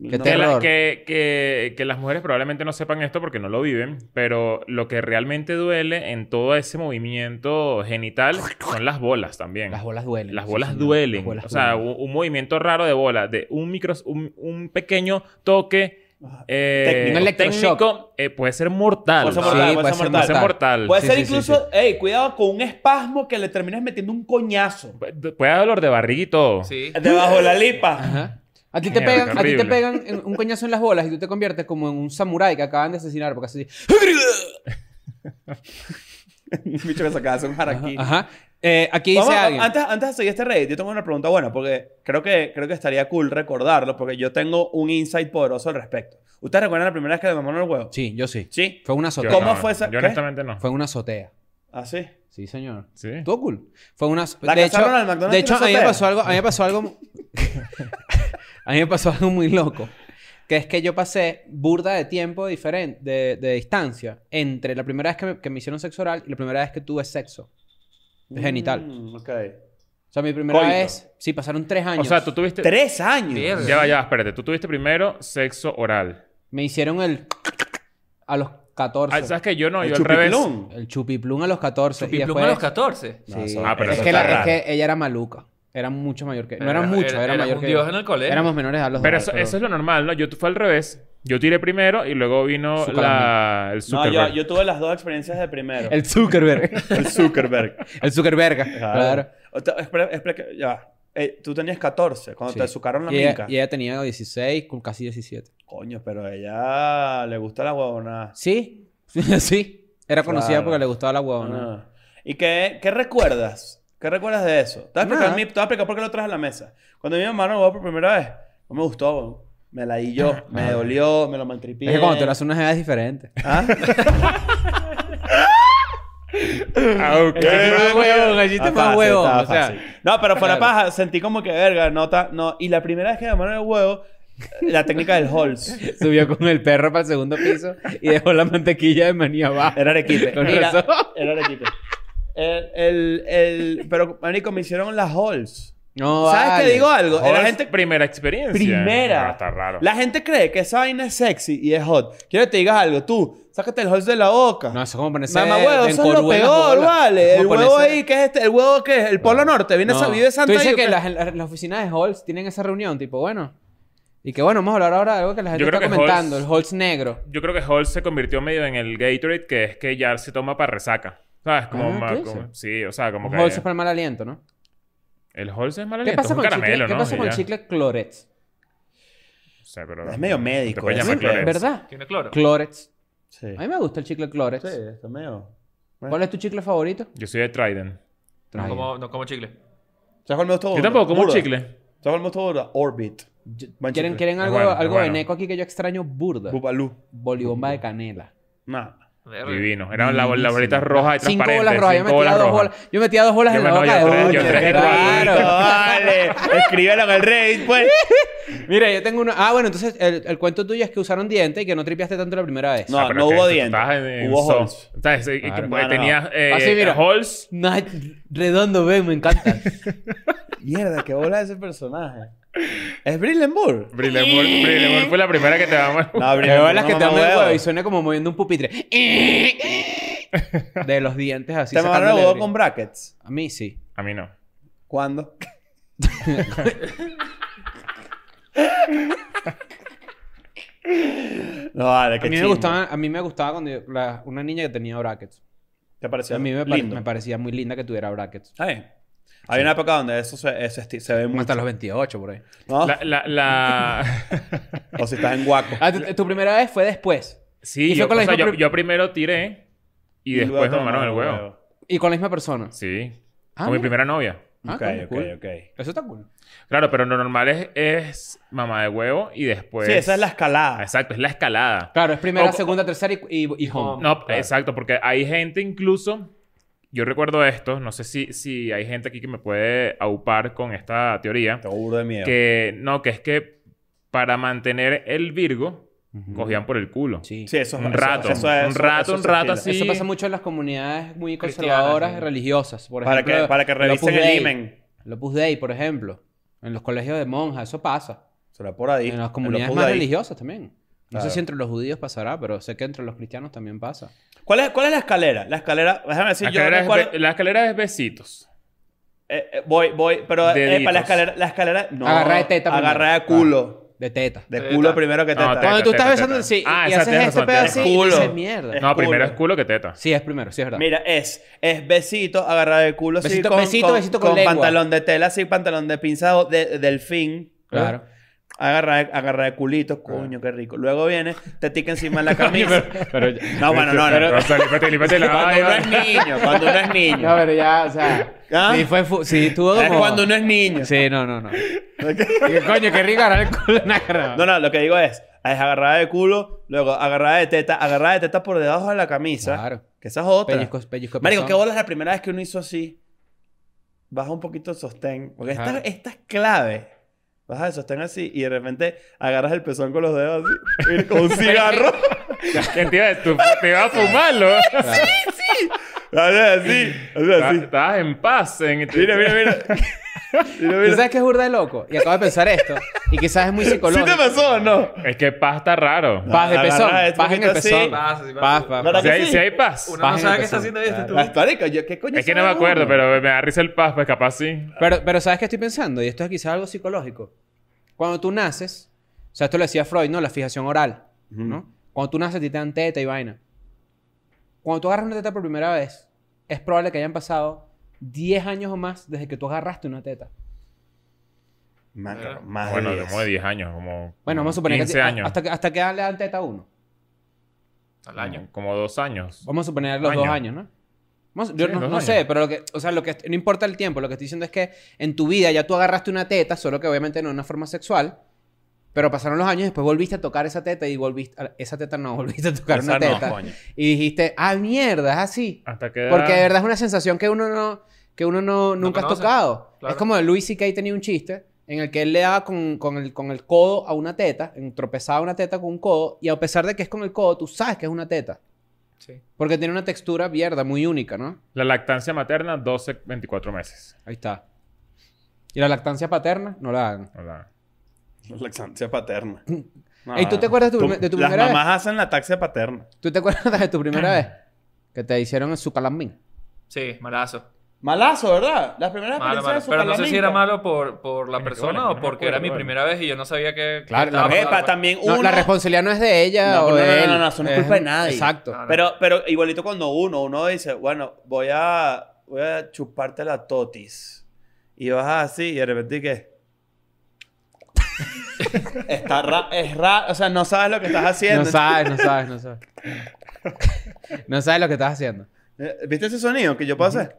S3: Qué
S2: No.
S1: Que, la-
S3: Terror.
S1: que, que- que las mujeres probablemente no sepan esto porque no lo viven, pero lo que realmente duele en todo ese movimiento genital son las bolas también.
S3: Las bolas duelen.
S1: Las
S3: sí,
S1: bolas
S3: señor.
S1: duelen.
S3: Las bolas
S1: o sea,
S3: duelen.
S1: un, un movimiento raro de bola, de un micro, un, un pequeño toque
S2: Ajá.
S1: eh,
S2: Técnico.
S3: Un electroshock.
S1: técnico, eh, puede ser mortal.
S2: Puede ser
S1: Sí,
S2: mortal,
S3: Sí,
S2: puede
S3: puede
S2: ser
S3: ser
S1: puede ser
S2: mortal.
S1: mortal.
S2: Puede
S3: Sí,
S2: ser
S3: sí, sí,
S2: incluso, ey, cuidado con un espasmo que le termines metiendo un coñazo
S1: Pu- Puede dar dolor de barriga y todo.
S4: Sí.
S2: debajo de la lipa.
S3: Ajá. A ti te
S1: Mierda,
S3: pegan, a ti te
S1: horrible.
S3: pegan en- un coñazo en las bolas y tú te conviertes como en un samurái que acaban de asesinar porque así.
S2: Un bicho que se acaba de hacer un harakiri.
S3: Ajá. Eh, aquí
S2: Vamos,
S3: dice
S2: a-
S3: alguien.
S2: antes, antes de seguir este Reddit, yo tengo una pregunta buena, porque creo que, creo que estaría cool recordarlo, porque yo tengo un insight poderoso al respecto. ¿Ustedes recuerdan la primera vez que le mamaron el huevo?
S3: Sí, yo sí.
S2: ¿Sí?
S3: Fue una
S1: Yo
S3: azotea.
S2: ¿Cómo
S1: no,
S2: fue esa-
S1: Yo
S2: qué?
S1: honestamente no.
S3: Fue una azotea.
S2: ¿Así?
S3: Sí, señor.
S1: Sí.
S3: Estuvo cool. Fue una.
S2: La
S3: de hecho,
S2: cazaron al McDonald's
S3: de hecho
S2: en
S3: a, mí me
S2: azotea.
S3: pasó algo, a mí me pasó algo. a mí me pasó algo muy loco. Que es que yo pasé burda de tiempo diferente, de, de distancia, entre la primera vez que me, que me hicieron sexo oral y la primera vez que tuve sexo. Genital.
S2: Mm, ok.
S3: O sea, mi primera
S2: Coito.
S3: vez. Sí, pasaron tres años.
S1: O sea, tú tuviste...
S2: Tres años.
S4: Mierda.
S1: Ya va, ya va, espérate. Tú tuviste primero sexo oral.
S3: Me hicieron el. A los 14.
S1: Ah, ¿Sabes que Yo no,
S2: El
S1: yo al revés.
S2: chupipilón.
S3: El chupiplum a los 14. y
S4: Chupiplum
S3: después-
S4: a los 14.
S2: No, eso-
S1: Ah, pero
S3: es,
S1: eso
S3: que
S1: está
S3: la- es
S1: raro.
S3: que ella era maluca. Era mucho mayor que. No era, mucho, era,
S4: éramos
S3: mayor
S4: un
S3: que.
S4: dios en el colegio.
S3: Éramos menores a los
S1: Pero
S3: dos,
S1: eso, eso es lo normal, ¿no? Yo tu- fue al revés. Yo tiré primero y luego vino
S3: Su
S1: la, el
S2: No,
S1: Zuckerberg.
S2: yo, yo tuve las dos experiencias de primero.
S3: El Zuckerberg.
S2: El Zuckerberg.
S3: el Zuckerberg.
S2: Claro.
S3: Claro.
S2: O te- espera- espera que- ya va. Eh, tú tenías 14 cuando te
S3: Sí.
S2: azucaron la
S3: y, ella,
S2: minca.
S3: y ella tenía 16, con casi 17.
S2: Coño, pero a ella le gusta la huevona.
S3: Sí. sí. Era conocida
S2: Claro.
S3: porque le gustaba la
S1: Ah.
S3: huevona.
S2: Ah. ¿Y qué, qué recuerdas? ¿Qué recuerdas de eso? Te voy a explicar,
S3: Nada.
S2: mi- te voy a explicar por qué lo traes a la mesa. Cuando mi mamá lo huevo por primera vez, no me gustó. huevón. Me la di yo, me dolió, me lo maltripié.
S3: Ah, Es que cuando te lo hacen unas edades diferentes.
S2: ¿Ah?
S1: Ah, ok. Ah,
S3: más huevón, allí te
S2: Estaba
S3: más
S2: ah, fácil,
S3: huevón.
S2: estaba
S3: O sea,
S2: fácil. no, pero fuera
S3: claro.
S2: paja, sentí como que verga, no, ta- no. Y la primera vez que me mamaron el huevo, la técnica del Halls.
S3: subió con el perro para el segundo piso y dejó la mantequilla de maní abajo.
S2: Era Arequipe.
S3: Con
S2: Mira,
S3: razón.
S2: Era Arequipe. El, el, el, pero, marico, me hicieron las halls.
S3: No,
S2: ¿Sabes
S3: vale.
S2: qué digo algo?
S1: Joder,
S2: La gente,
S1: primera experiencia.
S2: Primera.
S1: Ah, está raro.
S2: la gente cree que esa vaina es sexy y es hot. Quiero que te digas algo. Tú, sácate el hot de la boca.
S3: No, eso es como ponerse
S2: Mamá huevo,
S3: en
S2: eso es lo
S3: Coruel, las
S2: peor,
S3: bolas.
S2: vale.
S3: Es
S2: El
S3: como
S2: huevo
S3: ponerse-
S2: ahí, ¿qué es este? ¿El huevo qué es? ¿El Polo Norte? Viene
S3: No.
S2: esa, vive Santa
S3: Tú dices que
S2: Yuca.
S3: las, las- las oficinas de Holz tienen esa reunión, tipo, bueno. Y que bueno, vamos a hablar ahora de algo que la gente
S1: Yo creo
S3: está
S1: que
S3: comentando,
S1: Halls-
S3: el Holz negro.
S1: Yo creo que Hall se convirtió medio en el Gatorade, que es que ya se toma para resaca. ¿Sabes? Como,
S3: Ah, ¿tú
S1: ma-
S3: dices?
S1: como- Sí, o sea, como que.
S3: Holz es para el mal aliento, ¿no?
S1: El Halls es mal
S3: ¿Qué
S1: aliento, es
S3: pasa
S1: un
S3: con el chicle,
S1: caramelo,
S3: ¿qué
S1: ¿no?
S3: pasa
S1: Y
S3: con el
S1: ya.
S3: chicle Clorets?
S1: O sea, pero-
S2: Es medio
S1: no
S2: médico ¿eh?
S1: Te puedes
S2: ese,
S1: llamar
S2: pero-
S1: Clorets.
S3: ¿Verdad?
S4: Tiene cloro.
S3: Clorets.
S2: Sí.
S3: A mí me gusta el chicle Clorets.
S2: Sí, eh. está medio.
S3: ¿Cuál es tu chicle favorito?
S1: Yo soy de Trident.
S4: No como, no como chicle.
S2: ¿Sabes cuál me gustó?
S1: Yo tampoco como un chicle.
S2: ¿Sabes cuál me gustó? burda? Orbit. Buen
S3: ¿Quieren,
S2: chicle.
S3: ¿Quieren
S1: Es
S3: algo,
S1: bueno, es
S3: algo
S1: bueno.
S3: veneco aquí que yo extraño? Burda.
S2: Bubalú.
S3: Bolibomba de canela.
S2: Nada.
S4: Verga.
S1: Divino. Eran las las bolitas rojas y
S3: Cinco
S1: transparentes. Cinco bolas
S3: bolas rojas. Yo metía dos
S1: rojas.
S3: bolas. Yo metía dos bolas
S1: Yo
S3: en
S1: me-
S3: la
S1: no,
S3: boca
S1: yo
S3: de
S1: tres,
S3: Buda.
S1: yo tres y
S3: Claro.
S2: Claro. Vale. Escríbelo en el Reddit, pues.
S3: Mira, yo tengo una. Ah, bueno, entonces el, el cuento tuyo es que usaron dientes y que no tripiaste tanto la primera vez.
S2: No,
S1: pero
S2: no
S1: que
S2: hubo
S1: tú
S2: dientes.
S1: estabas en- en
S2: Hubo
S1: Sol.
S2: holes.
S1: O sea, ese- y
S3: Claro.
S1: que
S2: Ah, No, no,
S1: tenías
S2: no.
S1: eh,
S3: Así, Ah, mira.
S1: holes.
S3: No, redondo, ven, me encanta.
S2: Mierda, qué bola ese personaje. ¿Es Brilliant Bull?
S1: Brillemore Brillemore fue la primera que te vamos a...
S2: No,
S3: Pero las que te dan
S2: dan
S3: el huevo y suena como moviendo un pupitre. De los dientes así.
S2: ¿Te mandaron
S3: sacándole
S2: el huevo
S3: brillo.
S2: con brackets?
S3: A mí sí.
S1: A mí no.
S2: ¿Cuándo? no, vale,
S3: A
S2: qué
S3: mí, me
S2: chimbo.
S3: gustaba, a mí me gustaba cuando yo- la- una niña que tenía brackets.
S2: ¿Te pareció?
S3: a mí me, pare-
S2: lindo.
S3: me parecía muy linda que tuviera brackets.
S2: Está bien. Hay una época donde eso se, eso esti- se ve
S3: Como hasta
S2: mucho.
S3: los 28 por ahí.
S2: ¿no?
S1: La... la, la...
S2: O si estás en guaco.
S3: Ah, tu, tu primera vez fue después.
S1: Sí,
S3: ¿Y
S1: yo,
S3: fue con la
S1: o sea,
S3: misma
S1: yo,
S3: pri-
S1: yo primero tiré y,
S2: luego
S1: después
S2: te
S1: me mamaron el huevo.
S3: Y con la misma persona.
S1: Sí.
S3: Ah,
S1: con mi
S3: mira.
S1: primera novia.
S3: Ah,
S2: Ok,
S3: coño,
S2: ok,
S3: cool.
S2: ok.
S3: Eso está cool.
S1: Claro, pero lo normal es, es mamá de huevo y después...
S3: Pues,
S2: Sí, esa es la escalada.
S1: Exacto, es la escalada.
S3: Claro, es primera,
S1: O-
S3: segunda, tercera y, y, y home.
S1: No, exacto, porque hay gente incluso... Yo recuerdo esto, no sé si, si hay gente aquí que me puede aupar con esta teoría.
S2: Tengo burro de miedo.
S1: Que no, que es que para mantener el Virgo, cogían por el culo.
S3: Sí.
S2: Sí, eso es-
S1: Un
S2: eso-
S1: rato,
S2: eso es-
S1: un
S2: eso-
S1: rato,
S2: eso
S1: un
S2: se
S1: rato
S2: estila.
S1: así.
S3: Eso pasa mucho en las comunidades muy
S4: Cristianas,
S3: conservadoras
S4: sí.
S3: religiosas. Por
S2: Para
S3: ejemplo,
S2: que, para que
S3: el
S2: revisen
S3: Opus
S2: el
S3: Dei.
S2: imen.
S3: El Opus Dei, por ejemplo. En los colegios de monjas, eso pasa.
S2: Será por ahí.
S3: En las
S2: el
S3: comunidades
S2: Opus
S3: más
S2: Dei.
S3: religiosas también. No sé
S2: Claro.
S3: si entre los judíos pasará, pero sé que entre los cristianos también pasa.
S2: ¿Cuál es, ¿Cuál es la escalera? La escalera, déjame decir,
S1: la,
S2: yo
S1: escalera es
S2: recuerdo-
S1: be- la escalera es besitos.
S2: eh, eh, voy, voy, pero eh,
S1: Deditos.
S2: para la escalera, la escalera, no.
S3: Agarrar de teta primero.
S2: Agarrar de culo.
S3: De teta.
S2: De
S4: Teta.
S2: culo primero que
S1: Ah. No,
S2: teta.
S1: teta.
S3: Cuando tú estás
S1: teta,
S3: besando,
S1: teta.
S3: sí,
S1: Ah,
S3: y
S1: esa
S3: haces
S1: tienes
S3: este
S1: razón,
S3: pedo
S1: tienes
S3: así y
S2: razón.
S3: dices,
S2: Culo.
S3: mierda.
S2: Es
S1: No,
S2: culo.
S1: primero es culo que teta.
S3: Sí, es primero, sí es verdad.
S2: Mira, es, es besito, agarrar de culo así,
S3: Besito- besito, besito con
S2: con
S3: lengua.
S2: pantalón de tela, así, pantalón de pinza o de, delfín.
S3: Claro.
S2: Agarrar, agarrar de culito, coño, qué rico. Luego viene, te tica encima de la camisa. no, bueno, no, no.
S1: O sea, lípate, lípate la
S2: cuando uno es
S1: vaina.
S2: niño, cuando uno es niño.
S3: No, pero ya, o sea.
S2: ¿Ah?
S3: Sí, fue fu- sí, tuvo
S2: es
S3: como-
S2: cuando uno es niño.
S3: Sí, no, no, no. Y, Coño, qué rico agarrar el culo en la cara.
S2: No, no, lo que digo es, es agarrada de culo, luego agarrada de teta, agarrada de teta por debajo de la camisa.
S3: Claro.
S2: Que esa es otra.
S3: Pellizcos, pellizcos.
S2: Marico, qué bola es la primera vez que uno hizo así. Baja un poquito el sostén. Porque esta,
S3: Ajá.
S2: esta es clave. Baja el sostén así y de repente agarras el pezón con los dedos así. y con un cigarro.
S1: ¿Quién te iba a- tú- te iba a fumarlo?
S2: Haces así. haces así.
S1: Estabas en paz. en-
S2: Mira, mira, mira. Mira,
S3: ¿Tú
S2: mira.
S3: sabes que es burda de loco? Y acabo de pensar esto. Y quizás es muy
S2: ¿Sí
S3: psicológico.
S2: te pasó o no?
S1: Es que paz está raro.
S2: No,
S3: Paz de
S2: agarra
S3: pezón.
S2: este
S3: Paz en el
S2: poquito así.
S3: pezón.
S4: Paz, así,
S3: Paz,
S4: paz.
S3: paz,
S2: No,
S3: paz.
S2: no,
S1: Si hay,
S2: sí.
S1: si hay paz.
S4: Uno
S3: Paja
S4: no
S3: en
S4: sabe
S3: el
S4: qué está
S3: pezón.
S4: haciendo este tú.
S2: Las taricas, yo- ¿qué coño
S1: Es que no
S2: sabe
S1: me acuerdo,
S2: uno?
S1: pero me da risa el paz, pues capaz sí.
S3: Pero, pero ¿sabes qué estoy pensando? Y esto es quizás algo psicológico. Cuando tú naces, o sea, esto lo decía Freud, ¿no? La fijación oral, ¿no? Cuando tú naces, a ti te dan teta y vaina. Cuando tú agarras una teta por primera vez, es probable que hayan pasado 10 años o más desde que tú agarraste una teta.
S2: Más, más
S1: Bueno,
S2: de
S1: de
S2: diez.
S1: como de 10 años, como.
S3: Bueno, vamos a suponer
S1: 15
S3: que... a-
S1: años.
S3: Hasta, que- ¿Hasta qué edad le dan teta a uno?
S4: Al año.
S1: Como dos años.
S3: Vamos a suponer los
S1: Año.
S3: dos años, ¿no? Vamos- yo
S1: Sí,
S3: no,
S1: dos
S3: no
S1: años.
S3: sé, pero lo que, o sea, lo que no importa el tiempo, lo que estoy diciendo es que en tu vida ya tú agarraste una teta, solo que obviamente no de una forma sexual, pero pasaron los años y después volviste a tocar esa teta y volviste, a- esa teta no, volviste a tocar
S2: Esa
S3: una
S2: no,
S3: teta
S2: coño.
S3: y dijiste, ah, mierda, es así.
S1: Hasta que.
S3: Porque de verdad es una sensación que uno no, que uno no, nunca has
S4: conoce,
S3: tocado.
S4: claro.
S3: Es como Luis C.K. tenía un chiste en el que él le daba con, con el, con el codo a una teta, en- tropezaba una teta con un codo y a pesar de que es con el codo, tú sabes que es una teta.
S4: Sí.
S3: Porque tiene una textura mierda muy única, ¿no?
S1: La lactancia materna, 12, 24 meses.
S3: Ahí está. Y la lactancia paterna, no la hagan.
S1: Hola.
S2: Lactancia paterna.
S3: Ey, ¿tú te acuerdas de tu
S2: Tú-
S3: primer- de tu
S2: Las
S3: primera vez?
S2: mamás hacen la taxia paterna.
S3: ¿Tú te acuerdas de tu primera vez? Que te hicieron en su calambín.
S4: Sí, malazo.
S2: Malazo, ¿verdad? Las primeras
S4: Malo, malo.
S2: experiencias de
S4: Pero no sé si era
S2: Sucalaminca.
S4: malo por, por
S1: Coño,
S4: la
S1: qué
S4: persona
S1: bueno,
S4: o
S1: no me
S4: porque era mi
S1: acuerdo,
S4: primera vez y yo no sabía que.
S3: Claro,
S4: que estaba
S3: la
S4: pasando.
S2: Epa, también uno.
S3: No, la responsabilidad no es de ella
S2: No,
S3: o
S2: no,
S3: de
S2: no, no,
S3: él.
S2: no, no, eso no es culpa de nadie.
S3: Exacto.
S4: No, no.
S2: Pero, pero igualito cuando uno, uno dice, bueno, voy a, voy a chuparte la totis. Y vas así y de repente que... Está ra- es raro, o sea, no sabes lo que estás haciendo.
S3: No sabes, no sabes, no sabes. No sabes lo que estás haciendo.
S2: Eh, ¿Viste ese sonido que yo puedo hacer?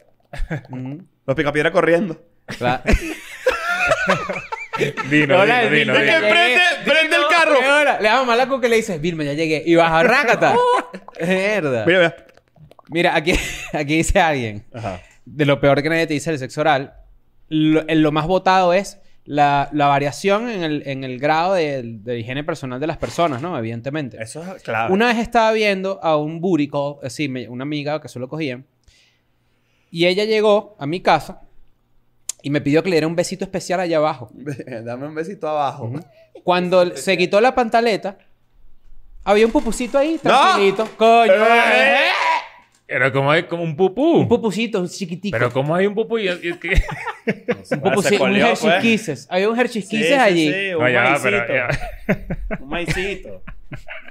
S3: Ujú.
S2: Los picapiedra corriendo.
S3: Claro.
S1: Dino,
S3: Hola,
S1: dino, dino,
S3: Virna,
S1: dino.
S3: que prende-
S2: prende el
S3: Y ahora, le damos mal a Coco que le dices, Vilma, ya llegué. Y vas a rácata. Mierda.
S2: Mira, mira.
S3: Mira, aquí, aquí dice alguien.
S2: Ajá.
S3: de lo peor que nadie te dice el sexo oral, lo, en lo más votado es la, la variación en el, en el grado de, de higiene personal de las personas, ¿no? Evidentemente.
S2: Eso es claro.
S3: Una vez estaba viendo a un booty call, es decir, me- una amiga que solo cogían, y ella llegó a mi casa y me pidió que le diera un besito especial allá abajo.
S2: Dame un besito abajo.
S3: Cuando el- se quitó la pantaleta, había un pupucito ahí, tranquilito. ¡Coño!
S2: Eh.
S1: Pero como hay como un pupú.
S3: Un pupucito, un chiquitico.
S1: Pero como hay un pupú y, y- que-
S3: un pupucito, un
S2: pues.
S3: Hershey's Kisses. Había un Hershey's Kisses allí.
S1: pues. No,
S2: un,
S1: ya va,
S2: maicito,
S1: pero ya va.
S2: un maicito.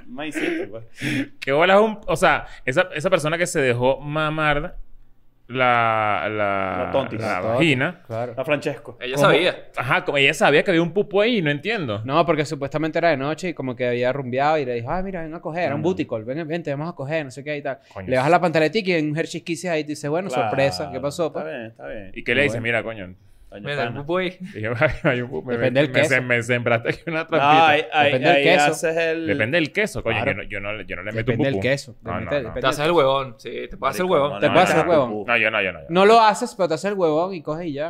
S2: Un maicito. pues.
S1: ¿Qué bolas un... O sea, esa, esa persona que se dejó mamar la... La,
S2: La tontis.
S1: la vagina.
S3: Claro.
S2: A Francesco.
S4: Ella
S1: ¿Cómo?
S4: sabía.
S1: Ajá, como ella sabía que había un pupú ahí, no entiendo.
S3: No, porque supuestamente era de noche y como que había rumbeado y le dijo, ah, mira, ven a coger, era un booty call, ven, vente, vamos a coger, no sé qué y tal.
S1: Coño.
S3: Le bajas la pantaletica y en un Hershey's Kisses ahí te dice, bueno,
S2: Claro,
S3: sorpresa, ¿qué pasó? pues?
S2: Está
S3: pa?
S2: bien, está bien.
S1: ¿Y qué le dice? Mira, coño.
S2: Coño,
S4: Mira, el
S2: pana.
S4: buey.
S1: Dije, hay un pupú. Me,
S3: Depende del
S1: me-
S3: queso.
S1: me sembraste aquí una
S2: No,
S1: trampita.
S2: ahí, ahí,
S3: Depende del
S2: ahí
S3: queso.
S2: haces el...
S1: Depende del queso, coño.
S3: Claro.
S1: Yo, no, yo, no, le- yo no le meto
S3: Depende
S1: un
S3: del
S1: pupú.
S3: queso.
S1: No,
S3: depende-
S1: no, no.
S3: depende
S4: Te haces
S3: del-
S4: el huevón. Sí, te puedes hacer el huevón.
S3: Te puedes hacer huevón.
S1: No, yo no, yo no. yo
S3: No lo haces, pero te haces el huevón y coges y ya.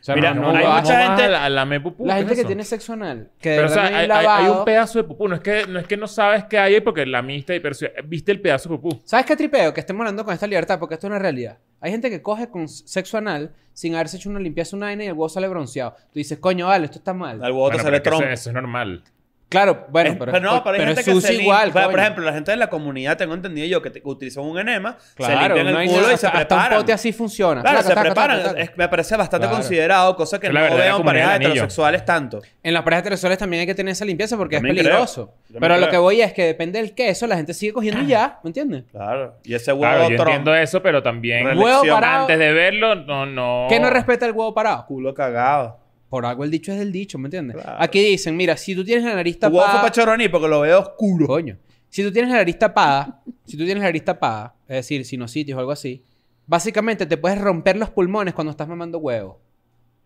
S3: O sea,
S2: Mira,
S3: no, no
S1: ¿cómo
S2: hay
S3: lo
S1: vas-
S3: haces.
S2: mucha
S1: cómo vas
S2: gente-
S1: a la- a lamer pupú?
S3: La
S1: ¿Qué es
S3: gente que
S1: eso?
S3: tiene sexo anal, que de
S1: Pero, o sea,
S3: verdad
S1: hay,
S3: no hay
S1: hay- hay
S3: lavado.
S1: un pedazo de pupú. No es que no, es que no sabes qué hay porque la mista y pero si- viste el pedazo de pupú.
S3: ¿Sabes qué tripeo? Que estemos hablando con esta libertad, porque esto es una realidad. Hay gente que coge con sexo anal sin haberse hecho una limpieza, una vaina y el huevo sale bronceado. Tú dices, coño, vale, esto está mal.
S2: Al huevo te
S1: Bueno,
S2: sale
S1: pero que
S2: trompo.
S1: Eso, eso es normal.
S3: Claro, bueno,
S2: Es-
S3: pero,
S2: pero no, pero hay gente
S3: es
S2: que
S3: sucio
S2: se lim-
S3: igual.
S2: Por- por
S3: coño.
S2: ejemplo, la gente de la comunidad, tengo entendido yo, que, te- que utilizan un enema, se
S3: Claro,
S2: limpian
S3: no
S2: el
S3: hay
S2: culo
S3: nada,
S2: y se
S3: hasta, hasta
S2: preparan.
S3: un pote así funciona.
S2: Claro,
S3: Taca,
S2: se
S3: taca, taca,
S2: preparan.
S3: taca.
S2: Es- me parece bastante
S3: Claro.
S2: considerado, cosa que
S1: Es la
S2: no
S1: verdadera
S2: veo en
S1: comunidad
S2: parejas
S1: del anillo.
S2: heterosexuales tanto.
S3: En las parejas heterosexuales también hay que tener esa limpieza porque
S2: También
S3: es
S2: creo.
S3: peligroso.
S2: También
S3: Pero a lo
S2: creo.
S3: que voy es que depende del queso, la gente sigue cogiendo y ya, ¿me entiendes?
S2: Claro. Y ese huevo
S1: Claro, yo
S2: trompo,
S1: entiendo eso, pero también
S2: Relax.
S3: Huevo
S2: Elección.
S3: parado.
S1: antes de verlo, no, no.
S3: ¿Qué no respeta el huevo parado?
S2: culo cagado.
S3: Por algo el dicho es del dicho, ¿me entiendes?
S2: Claro.
S3: Aquí dicen, mira, si tú tienes la nariz
S2: Tu huevo fue
S3: tapada...
S2: para Choroní porque lo veo oscuro.
S3: Coño. Si tú tienes la nariz tapada, si tú tienes la nariz tapada, es decir, sinusitis o algo así, básicamente te puedes romper los pulmones cuando estás mamando huevo.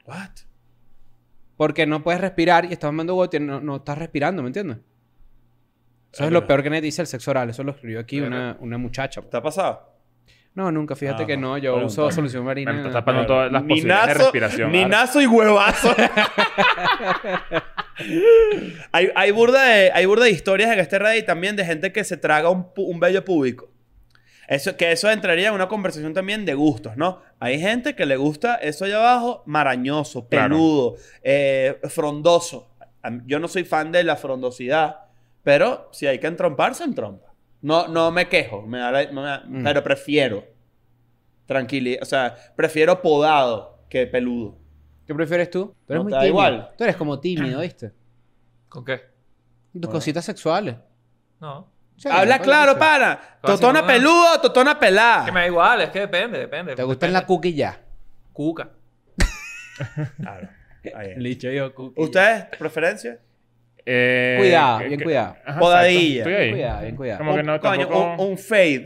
S2: What?
S3: Porque no puedes respirar y estás mamando huevo, tien- no, no estás respirando, ¿me entiendes? Eso es lo peor que nadie dice el sexo oral. Eso lo escribió aquí una, una muchacha.
S2: ¿Te ha pasado?
S3: No, nunca. Fíjate
S2: Ah,
S3: que no. Yo
S2: bueno,
S3: uso
S2: bueno.
S3: solución marina.
S1: Me está tapando todas las posibilidades de
S2: Minazo,
S1: respiración. Ahora,
S2: minazo y huevazo. hay, hay, burda de, hay burda de historias en este Reddit también de gente que se traga un, pu- un vello púbico. Eso, que eso entraría en una conversación también de gustos, ¿no? Hay gente que le gusta eso allá abajo marañoso,
S1: Claro.
S2: peludo, eh, frondoso. A mí- Yo no soy fan de la frondosidad, pero si hay que entromparse, entrompa. No, no me quejo, me da la- me da-
S3: Mm.
S2: pero prefiero tranquilidad. O sea, prefiero podado que peludo.
S3: ¿Qué prefieres tú? Tú eres
S2: No,
S3: muy
S2: te da
S3: tímido.
S2: igual.
S3: Tú eres como tímido, ¿viste?
S4: ¿Con qué?
S3: Tus cositas sexuales.
S4: No.
S3: Sí,
S2: Habla
S3: ¿cuál
S2: claro,
S3: dice?
S2: pana.
S4: Casi
S2: Totona
S4: no.
S2: peluda o totona
S4: Que me
S2: pelada.
S4: da igual, es que depende, depende.
S3: ¿Te gusta en la
S4: Depende.
S3: cookie ya?
S4: cuca?
S2: Claro. Ahí es.
S3: Licho yo, cookie.
S2: ¿Ustedes, preferencia?
S1: eh,
S3: Cuidado,
S1: que-
S3: bien
S1: que-
S3: cuidado.
S1: Ajá,
S2: Podadilla.
S1: exacto. Estoy ahí.
S3: Cuidado, bien cuidado.
S1: Como que
S2: Un-
S1: no,
S2: coño,
S1: tampoco-
S2: un, un fade.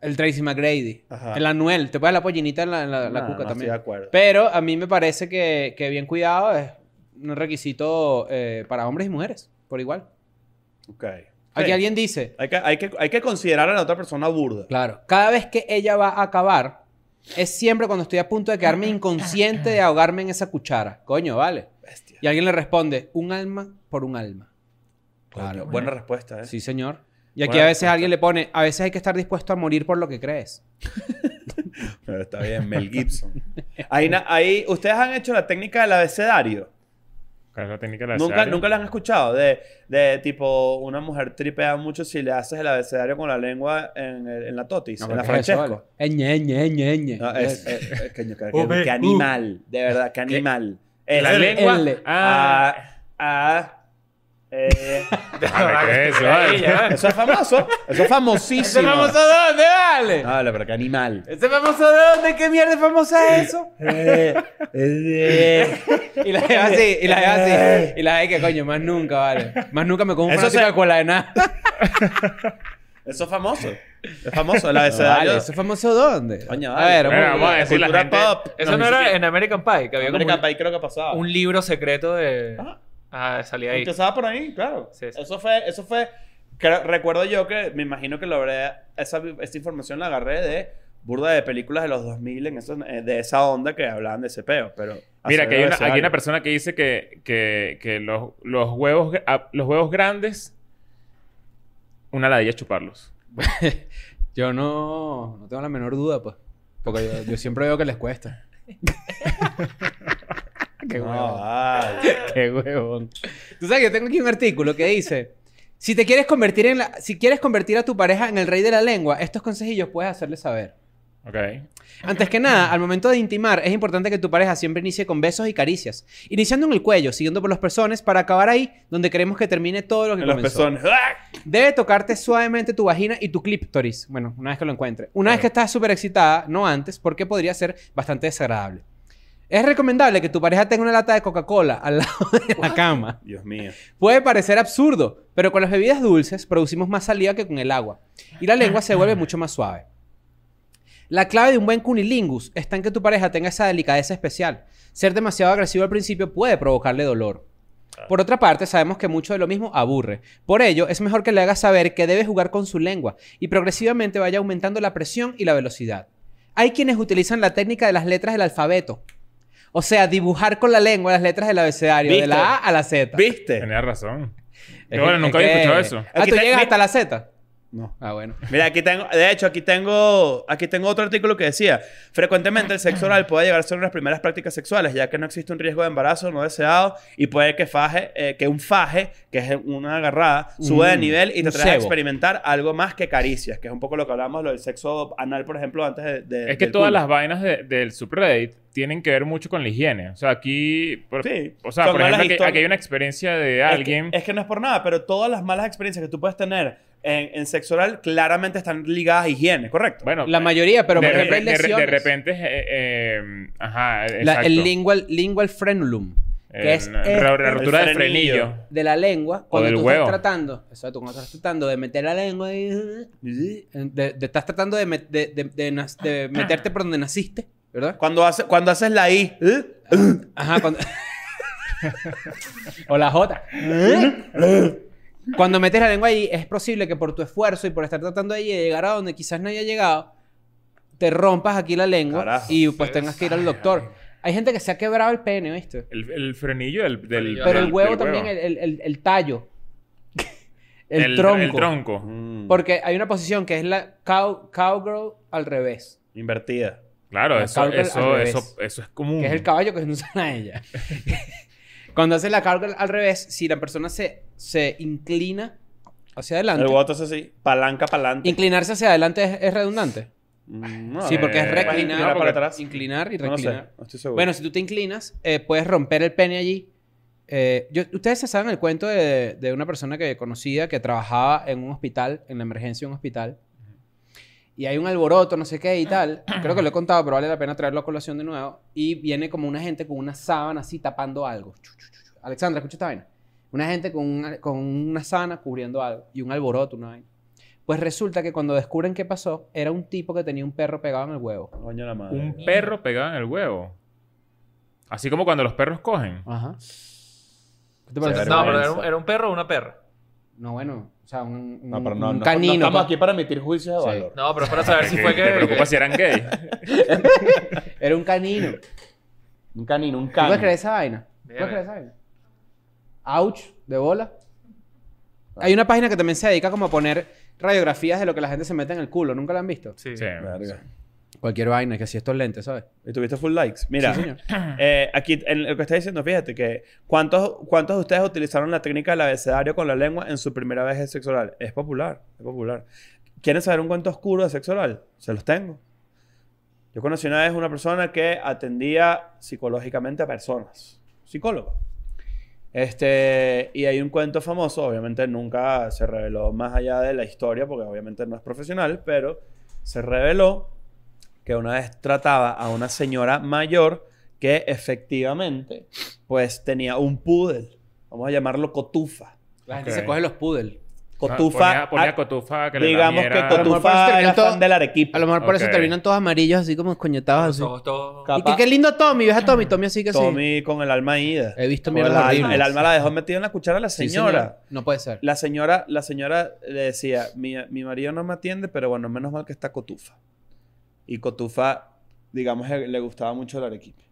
S3: El Tracy McGrady.
S2: Ajá.
S3: El Anuel. Te pones la pollinita en la, en la- la
S2: No,
S3: cuca
S2: no
S3: también.
S2: Estoy de acuerdo.
S3: Pero a mí me parece que, que bien cuidado es un requisito eh, para hombres y mujeres, por igual.
S2: Ok.
S3: Aquí
S2: Sí.
S3: alguien dice,
S2: Hay que, hay, que, hay que considerar a la otra persona burda.
S3: claro, cada vez que ella va a acabar, es siempre cuando estoy a punto de quedarme inconsciente de ahogarme en esa cuchara. Coño, vale.
S2: Bestia.
S3: Y alguien le responde, un alma por un alma. Claro.
S2: Buena respuesta, ¿eh? pues,
S3: Sí, señor. Y aquí
S2: Buena
S3: a veces
S2: respuesta.
S3: alguien le pone, a veces hay que estar dispuesto a morir por lo que crees.
S2: Pero está bien, Mel Gibson. Ahí, na- ahí, ustedes han hecho la técnica del abecedario.
S1: ¿Cuál es la técnica de la
S2: Nunca, nunca la han escuchado. De, de tipo, una mujer tripea mucho si le haces el abecedario con la lengua en, el- en la totis, en la Francesco.
S3: Ñe, Ñe, Ñe, Ñe.
S2: No, es, es- es- coño, que, que-
S4: O, B,
S2: que
S4: U.
S2: animal, de verdad, que animal. uh. Es-
S1: ¿La lengua?
S3: L.
S1: Ah,
S2: Ah, ah, eh,
S1: vale, ¿qué es eso? Vale.
S2: eso es famoso. Eso es famosísimo.
S3: ¿Ese famoso dónde, vale?
S2: No, la verdad, que animal.
S3: ¿Ese famoso dónde? ¿Qué mierda famosa es eso?
S2: Eh, eh.
S3: Y la deja así, y la deja así. Y la deja que coño, más nunca, vale. Más nunca me como un
S2: Eso
S3: fanático
S2: se-
S3: de cola de nada.
S2: Eso es famoso. Es famoso, el
S3: No,
S2: abecedario.
S3: vale, ¿ese famoso dónde?
S2: Coño,
S3: A
S2: vale.
S3: ver,
S1: Bueno,
S3: vamos-
S1: vamos a decir la
S2: Cultura
S1: gente.
S2: pop.
S4: Eso
S1: No,
S4: no,
S1: ni
S4: era
S1: siquiera-
S4: en American Pie, que había como
S2: American
S4: un,
S2: Pie creo que pasaba.
S4: un libro secreto de.
S2: Ah.
S4: Ah, salía ahí.
S2: Empezaba por ahí, claro.
S4: Sí, sí.
S2: Eso fue, eso fue. creo- recuerdo yo que me imagino que lo habré. Esa, esta información la agarré de burda de películas de los 2000 en esos- eh, de esa onda que hablaban de ese peo, pero.
S1: Mira,
S2: hacer
S1: que hay una,
S2: abecedario.
S1: aquí hay una persona que dice que, que, que los, los, huevos, gr- ah, los huevos grandes, una ladilla chuparlos.
S3: Yo no, no tengo la menor duda, pues. Porque yo, yo siempre veo que les cuesta. Qué
S2: No,
S3: huevón.
S2: ay.
S3: Qué huevón. Tú sabes que yo tengo aquí un artículo que dice: Si te quieres convertir en la, si quieres convertir a tu pareja en el rey de la lengua, estos consejillos puedes hacerle saber.
S1: Ok.
S2: Eh.
S3: Antes que nada, al momento de intimar, es importante que tu pareja siempre inicie con besos y caricias, iniciando en el cuello, siguiendo por los pezones, para acabar ahí donde queremos que termine todo lo que
S2: En los
S3: comenzó.
S2: pezones. ¡Ah!
S3: Debe tocarte suavemente tu vagina y tu clítoris. Bueno, una vez que lo encuentre. Una vez que estás súper excitada, no antes, porque podría ser bastante desagradable. Es recomendable que tu pareja tenga una lata de Coca-Cola al lado de la cama.
S2: Dios mío.
S3: Puede parecer absurdo, pero con las bebidas dulces producimos más saliva que con el agua. Y la lengua se vuelve mucho más suave. La clave de un buen cunilingus está en que tu pareja tenga esa delicadeza especial. Ser demasiado agresivo al principio puede provocarle dolor. Por otra parte, sabemos que mucho de lo mismo aburre. Por ello, es mejor que le hagas saber que debe jugar con su lengua y progresivamente vaya aumentando la presión y la velocidad. Hay quienes utilizan la técnica de las letras del alfabeto. O sea, dibujar con la lengua las letras del abecedario, de
S2: ¿Viste?
S3: la A a la Z.
S2: ¿Viste?
S1: Tenías razón.
S3: Es
S1: Yo, bueno,
S3: que-
S1: nunca
S3: es
S1: había
S3: que-
S1: escuchado eso.
S3: Ah,
S2: Aquí
S3: tú
S2: te-
S3: llegas
S2: mi-
S3: hasta la Z.
S2: No.
S3: Ah, bueno.
S2: Mira, aquí tengo, de hecho, aquí tengo, aquí tengo otro artículo que decía, frecuentemente el sexo oral puede llegar a ser unas primeras prácticas sexuales, ya que no existe un riesgo de embarazo no deseado y puede que faje, eh, que un faje, que es una agarrada, sube de
S3: Mm,
S2: nivel y te
S3: un
S2: trae a
S3: cebo.
S2: experimentar algo más que caricias, que es un poco lo que hablábamos, lo del sexo anal, por ejemplo, antes de... de-
S1: Es que
S2: del
S1: todas
S2: culo.
S1: las vainas de- del subreddit tienen que ver mucho con la higiene. O sea, aquí... por-
S2: Sí.
S1: O sea,
S2: Son
S1: por ejemplo,
S2: malas
S1: aquí,
S2: historias.
S1: aquí hay una experiencia de
S2: Es que-
S1: alguien...
S2: Es que, no es por nada, pero todas las malas experiencias que tú puedes tener en, en sexo oral claramente están ligadas a higiene, ¿correcto?
S1: bueno,
S3: La mayoría, pero
S1: de,
S3: por ejemplo
S1: re-
S3: hay
S1: de re- de
S3: lesiones.
S1: repente es... eh, eh, ajá,
S3: La-
S1: exacto.
S3: el lingual, lingual frenulum,
S1: El-
S3: que es
S1: la-
S3: este-
S1: la, rotura
S2: El
S1: del
S2: frenillo.
S1: frenillo.
S3: de la lengua cuando
S1: del
S3: tú
S1: huevo.
S3: estás tratando. Exacto, cuando estás tratando de meter la lengua y, de- de- estás tratando de, met- de- de- de nas- de meterte por donde naciste, ¿verdad?
S2: Cuando, hace- cuando haces la I... ¿eh?
S3: Ajá, cuando... o la J. cuando metes la lengua ahí, es posible que por tu esfuerzo y por estar tratando ahí de llegar a donde quizás no haya llegado, te rompas aquí la lengua
S2: Carajo.
S3: y pues tengas que ir al doctor. Hay gente que se ha quebrado el pene, ¿viste?
S1: El, el frenillo del... del
S4: Frenillo.
S3: Pero
S1: del-
S3: el huevo
S1: del
S3: también, el, el- el- el tallo. El,
S1: El-
S3: tronco.
S1: El tronco.
S2: Mm,
S3: Porque hay una posición que es la cow, cowgirl al revés.
S2: Invertida.
S1: Claro,
S3: La
S1: eso,
S3: cowgirl al
S1: eso,
S3: revés.
S1: eso, eso es común.
S3: Que es el caballo que no usan a ella. Cuando hace la carga al revés, si la persona se, se inclina hacia adelante.
S2: El voto es así, palanca para adelante.
S3: Inclinarse hacia adelante es, es redundante.
S2: Mm, no,
S3: sí,
S2: eh,
S3: porque es
S1: eh,
S3: reclinar.
S2: inclinar para
S3: porque-
S2: atrás.
S3: Inclinar y
S2: No, no sé,
S3: reclinar.
S2: no estoy seguro.
S3: Bueno, si tú te inclinas, eh, puedes romper el pene allí. Eh, yo- Ustedes se saben el cuento de, de una persona que conocía que trabajaba en un hospital, en la emergencia de un hospital. Y hay un alboroto, no sé qué y tal. Creo que lo he contado, pero vale la pena traerlo a colación de nuevo. Y viene como una gente con una sábana así tapando algo. Chu, chu, chu, chu. Alexandra, escucha esta vaina. Una gente con una, con una sábana cubriendo algo. Y un alboroto, una vaina. Pues resulta que cuando descubren qué pasó, era un tipo que tenía un perro pegado en el huevo.
S2: Coño la madre.
S1: Un perro pegado en el huevo. Así como cuando los perros cogen.
S3: Ajá. ¿Qué te
S4: No,
S3: parece?
S4: pero era un, era un perro o una perra.
S3: No, bueno, o sea, un, un,
S2: No, pero
S3: un
S2: no, no,
S3: canino. pues.
S2: no estamos
S3: pa-
S2: aquí para emitir juicios de
S3: Sí.
S2: valor.
S4: No, pero es para saber si
S1: Que
S4: fue
S1: Te
S4: que.
S1: preocupa si
S4: que-
S1: eran gay.
S3: Era un canino. ¿Tú
S2: Un canino, un
S3: puedes creer
S2: canino.
S3: esa vaina? ¿Tú puedes
S4: Verga.
S3: creer esa vaina? Ouch, de bola. Hay una página que también se dedica como a poner radiografías de lo que la gente se mete en el culo. ¿Nunca la han visto?
S4: Sí.
S1: Sí.
S2: Verga.
S3: Cualquier vaina, que así estos lentes, ¿sabes?
S2: Y tuviste full likes. Mira,
S3: Sí, señor.
S2: eh, aquí en lo que está diciendo, fíjate que ¿cuántos, ¿cuántos de ustedes utilizaron la técnica del abecedario con la lengua en su primera vez de sexo oral? Es popular, es popular. ¿Quieren saber un cuento oscuro de sexo oral? Se los tengo. Yo conocí una vez una persona que atendía psicológicamente a personas, psicólogo. Este, y hay un cuento famoso, obviamente nunca se reveló más allá de la historia, porque obviamente no es profesional, pero se reveló que una vez trataba a una señora mayor que efectivamente pues tenía un poodle, vamos a llamarlo cotufa.
S3: La gente
S1: Ok.
S3: se coge los poodle.
S2: Cotufa,
S1: Ponía, ponía
S2: ah,
S1: cotufa que le
S2: digamos que
S1: lamiera-
S3: A lo mejor por eso
S2: cotufa era
S3: terminó todo-
S2: fan del Arequipa.
S3: A lo mejor por eso
S1: Ok.
S3: terminan todos amarillos, así como escoñetados.
S4: Los
S3: Así.
S4: ojos todos.
S2: Cap-
S3: Y que qué lindo Tommy, ves a Tommy, Tommy así que sí.
S2: Tommy con el alma ida.
S3: He visto
S2: Con
S3: mierdas
S2: el, alma,
S3: horribles.
S2: el alma la dejó metida en la cuchara la
S3: Sí,
S2: señora.
S3: señor. No puede ser.
S2: La señora, la señora le decía, mi, mi marido no me atiende, pero bueno, menos mal que está Cotufa. Y Cotufa, digamos, le, le gustaba mucho el arequipe.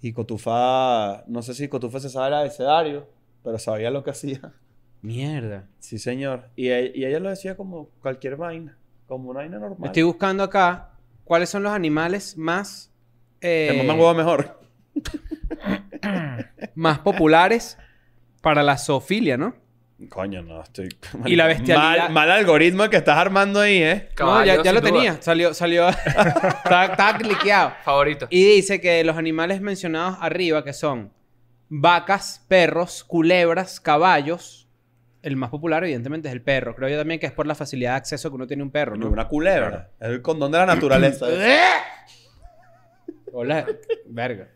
S2: Y Cotufa, no sé si Cotufa se sabe el abecedario, pero sabía lo que hacía.
S3: Mierda.
S2: Sí, señor. Y, e- y ella lo decía como cualquier vaina, como una vaina normal.
S3: Estoy buscando acá cuáles son los animales más eh,
S2: Te maman huevo mejor.
S3: más populares para la zoofilia, ¿no?
S2: Coño, no, estoy...
S3: Y la bestialidad.
S2: Mal, mal algoritmo el que estás armando ahí, ¿eh?
S3: No, ya,
S4: Caballo,
S3: ya lo
S4: sin duda.
S3: tenía. Salió, salió. estaba, estaba cliqueado.
S4: Favorito.
S3: Y dice que los animales mencionados arriba, que son vacas, perros, culebras, caballos. El más popular, evidentemente, es el perro. Creo yo también que es por la facilidad de acceso que uno tiene a un perro, ¿no?
S2: Una culebra. El condón de la naturaleza. ¿eh?
S3: Eh.
S2: Qué
S3: Hola. Verga.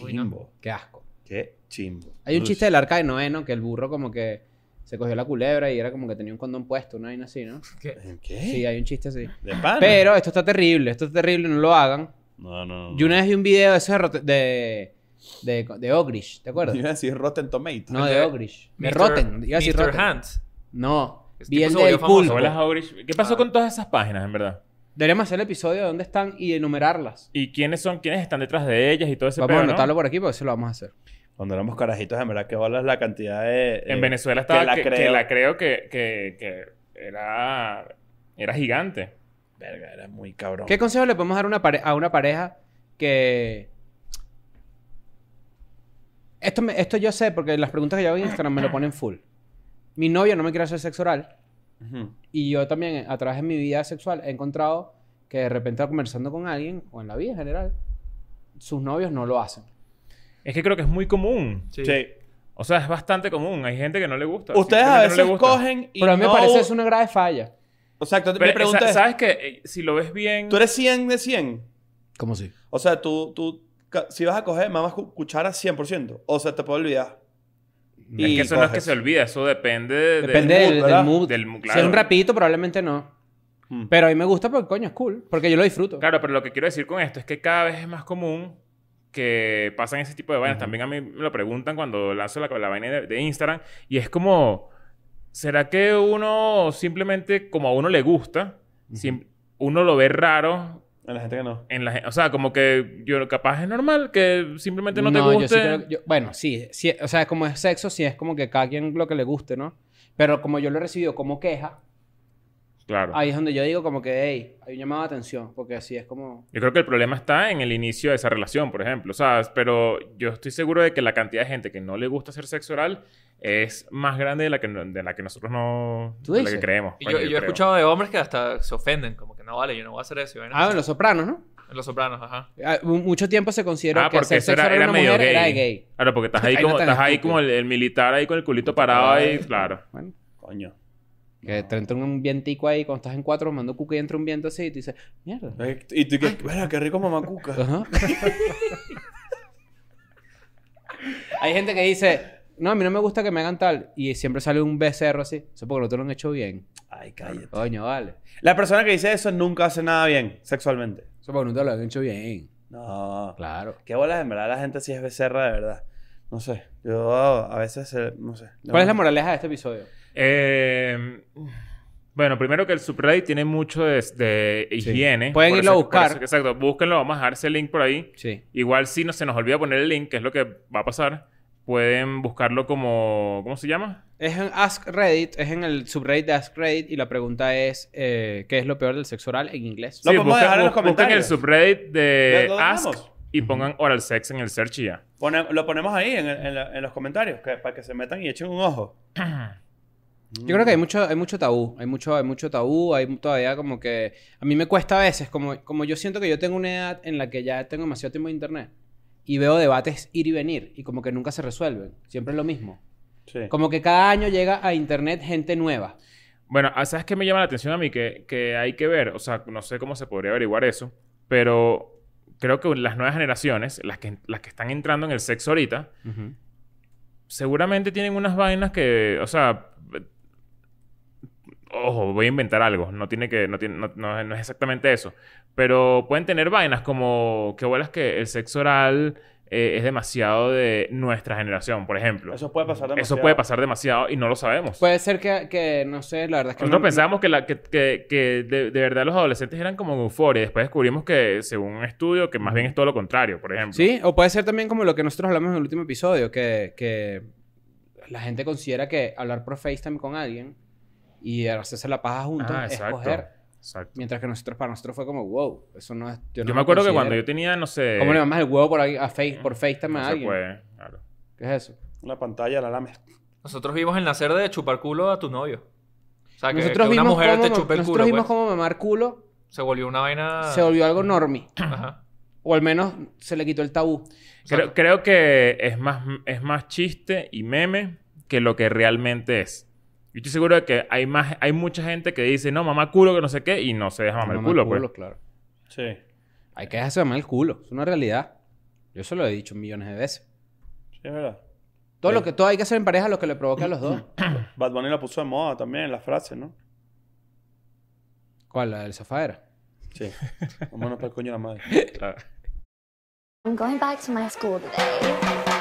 S4: Uy, no.
S2: chimbo.
S3: Qué asco.
S2: Qué chimbo.
S3: Hay un
S2: Uy.
S3: chiste del arca de Noé, ¿no? Que el burro como que se cogió la culebra y era como que tenía un condón puesto, una vaina así, ¿no?
S2: ¿Qué?
S3: Sí, hay un chiste así.
S2: ¿De pana?
S3: Pero esto está terrible, esto está terrible, no lo hagan.
S2: No, no, no.
S3: Yo una vez vi un video de esos de, rote- de, de, de Ogrish, ¿te
S2: Yo
S3: acuerdas?
S2: iba a decir Rotten Tomatoes.
S3: No,
S4: El
S3: de
S4: de
S3: Ogrish. De Rotten, iba a decir
S4: Mr.
S3: Rotten.
S4: Hands.
S3: No,
S4: Este
S3: vi
S4: tipo
S3: el
S4: se
S3: del
S4: volvió famoso,
S3: pulpo.
S4: ¿verdad?
S1: Hola, Aurich. ¿Qué pasó
S4: Ah.
S1: con todas esas páginas, en verdad?
S3: Deberíamos hacer el episodio de dónde están y enumerarlas.
S1: ¿Y quiénes son? ¿Quiénes están detrás de ellas y todo ese
S3: Vamos
S1: pedo,
S3: a
S1: no?
S3: anotarlo por aquí porque eso lo vamos a hacer.
S2: Cuando éramos carajitos, en verdad, que bolas la cantidad de...
S1: En
S2: eh,
S1: Venezuela estaba que
S2: la
S1: que-
S2: creo.
S1: que la creo que, que, que era, era gigante.
S2: Verga, era muy cabrón.
S3: ¿Qué consejo le podemos dar a una, pare- a una pareja que... Esto, me- esto yo sé porque las preguntas que yo hago en Instagram me lo ponen full. Mi novio no me quiere hacer sexo oral
S2: Ujú.
S3: y yo también a través de mi vida sexual he encontrado que de repente conversando con alguien o en la vida en general, sus novios no lo hacen.
S1: Es que creo que es muy común.
S4: Sí.
S2: Sí.
S1: O sea, es bastante común. Hay gente que no le gusta.
S2: Ustedes a
S1: simplemente no
S2: veces
S1: le gusta.
S2: cogen y
S3: Pero a mí
S2: no-
S3: me parece es una grave falla.
S2: O sea, tú-
S1: Pero
S2: mi pregunta
S1: esa-
S2: es...
S1: ¿Sabes que Si lo ves bien...
S2: ¿Tú eres 100 de 100?
S3: ¿Cómo sí?
S2: O sea, tú... tú ca- si vas a coger, mamas cu- cuchara 100%. O sea, te puedo olvidar.
S1: Es
S2: y
S1: que eso no es que
S2: coges.
S1: se olvida. Eso depende... de-
S3: Depende
S2: del mood,
S3: del, del mood.
S2: ¿verdad?
S1: Del mood,
S3: Si es
S1: claro.
S3: un rapidito probablemente no.
S2: Mm.
S3: Pero a mí me gusta porque coño es cool. Porque yo lo disfruto.
S1: Claro, pero lo que quiero decir con esto es que cada vez es más común que pasan ese tipo de vainas. También a mí me lo preguntan cuando lanzo la, la vaina de, de Instagram. Y es como, ¿será que uno simplemente, como a uno le gusta, sim- uno lo ve raro?
S2: A la gente que no.
S1: En la, gen- o sea, como que yo capaz es normal que simplemente no, te
S3: yo
S1: guste.
S3: sí creo- yo- bueno, sí, sí, O sea, como es sexo, sí es como que cada quien lo que le guste, ¿no? Pero como yo lo he recibido como queja,
S1: Claro.
S3: ahí es donde yo digo como que, hey, hay un llamado de atención. Porque así es como...
S1: Yo creo que el problema está en el inicio de esa relación, por ejemplo, ¿sabes? Pero yo estoy seguro de que la cantidad de gente que no le gusta hacer sexo oral es más grande de la que, no- de la que nosotros no...
S3: ¿Tú
S1: de la que
S3: dices?
S1: creemos.
S4: Y
S1: coño,
S4: yo, yo he
S1: creo.
S4: escuchado de hombres que hasta se ofenden, como que no vale, yo no voy a hacer eso. y vainas
S3: Ah,
S4: así.
S3: en Los Sopranos, ¿no?
S4: En Los Sopranos, ajá.
S3: Ah, mu- Mucho tiempo se consideró
S1: Ah,
S3: que
S1: porque
S3: hacer
S1: eso
S3: sexo
S1: era,
S3: oral a
S1: era
S3: una
S1: medio
S3: mujer
S1: gay.
S3: era de gay.
S1: Claro, porque estás ahí
S3: Ay, no
S1: como,
S3: tan
S1: estás ahí
S3: estúpido.
S1: como el, el militar ahí con el culito parado ahí, claro.
S3: Bueno,
S2: Coño.
S3: que te entra un vientico ahí cuando estás en cuatro, mando cuca y entra un viento así y te dices, mierda.
S2: Eh, Y tú que... Verga, qué rico mamacuca.
S3: Ajá. Hay gente que dice, no, a mí no me gusta que me hagan tal. Y siempre sale un becerro así. Eso porque no te lo han hecho bien.
S2: Ay, cállate.
S3: Coño, vale.
S2: La persona que dice eso nunca hace nada bien sexualmente.
S3: Eso porque no te lo han hecho bien.
S2: No.
S3: Claro.
S2: Qué bolas, en verdad la gente sí es becerra de verdad. No sé. Yo a veces, eh, no sé.
S3: ¿Cuál es la moraleja de este episodio?
S1: Eh, bueno, primero que el subreddit tiene mucho de, de higiene.
S3: Pueden
S1: Por
S3: irlo a
S1: eso- por
S3: buscar.
S1: eso- exacto, búsquenlo, vamos a dejar ese link por ahí.
S3: Sí.
S1: Igual si no se nos olvida poner el link, que es lo que va a pasar, Pueden buscarlo como... ¿Cómo se llama?
S3: Es en Ask Reddit, es en el subreddit de Ask Reddit y la pregunta es eh, ¿qué es lo peor del sexo oral en inglés?
S2: Lo podemos pues dejar en los
S1: bu- busquen el
S2: comentarios.
S1: subreddit de
S2: ¿Lo- lo
S1: Ask
S2: dejamos?
S1: y pongan oral sex en el search y ya.
S2: Pone- lo ponemos ahí en, en la- en los comentarios que- para que se metan y echen un ojo.
S3: Yo
S1: Mm.
S3: creo que hay mucho, hay mucho tabú, hay mucho, hay mucho tabú, hay todavía como que a mí me cuesta a veces, como, como yo siento que yo tengo una edad en la que ya tengo demasiado tiempo de internet y veo debates ir y venir y como que nunca se resuelven, siempre es lo mismo.
S2: Sí.
S3: Como que cada año llega a internet gente nueva.
S1: Bueno, ah, ¿sabes qué me llama la atención a mí? Que, que hay que ver, o sea, no sé cómo se podría averiguar eso, pero creo que las nuevas generaciones, las que, las que están entrando en el sexo ahorita, seguramente tienen unas vainas que, o sea, eh, ojo, voy a inventar algo, no tiene que, no, tiene, no, no es- no es exactamente eso, pero pueden tener vainas como que vuelas que el sexo oral eh, es demasiado de nuestra generación, por ejemplo.
S2: Eso puede pasar demasiado.
S1: Eso puede pasar demasiado y no lo sabemos.
S3: Puede ser que, que, no sé, la verdad es Pues, que...
S1: Nosotros
S3: no-
S1: pensábamos que, la, que, que- que de, de verdad los adolescentes eran como en euforia. Después descubrimos que, según un estudio, que más bien es todo lo contrario, por ejemplo.
S3: Sí, o puede ser también como lo que nosotros hablamos en el último episodio, que, que la gente considera que hablar por FaceTime con alguien y hacerse la paja juntos
S1: Ah,
S3: es
S1: exacto.
S3: coger.
S1: Exacto.
S3: Mientras que nosotros, para nosotros fue como, wow, eso no es...
S1: Yo,
S3: no
S1: me
S3: lo
S1: acuerdo que
S3: considero".
S1: cuando yo tenía, no sé...
S3: ¿Cómo le mamas el huevo por, ahí- a face, por FaceTime
S1: no
S3: a
S1: se
S3: alguien?
S1: puede, claro.
S3: ¿Qué es eso?
S2: La pantalla, la lames.
S4: Nosotros vimos el nacer de chupar culo a tu novio. O sea, que,
S3: nosotros
S4: que una
S3: vimos,
S4: mujer
S3: cómo,
S4: te
S3: ma-
S4: chupe el
S3: nosotros
S4: culo.
S3: vimos
S4: pues.
S3: cómo mamar culo
S4: Se volvió una
S1: Ah.
S4: vaina.
S3: se volvió algo normie.
S4: Ajá.
S3: O al menos se le quitó el tabú.
S1: Creo,
S4: Exacto.
S1: creo que es más, es más chiste y meme que lo que realmente es. Yo estoy seguro de que hay más hay mucha gente que dice, no, mamá culo, que no sé qué, y no se deja mamar el
S3: Mamar
S1: culo, pues.
S3: claro.
S2: Sí.
S3: Hay que dejarse mamar el culo. Es una realidad. Yo se lo he dicho millones de veces.
S2: Sí, es verdad.
S3: Todo
S2: Sí.
S3: lo que todo hay que hacer en pareja lo que le provoca a los dos.
S2: Bad Bunny la puso de moda también, la frase, ¿no?
S3: ¿Cuál? La del sofá era.
S2: Sí.
S1: pues.
S2: Vámonos para el coño de la madre.
S1: Claro.
S5: I'm going back to my school today.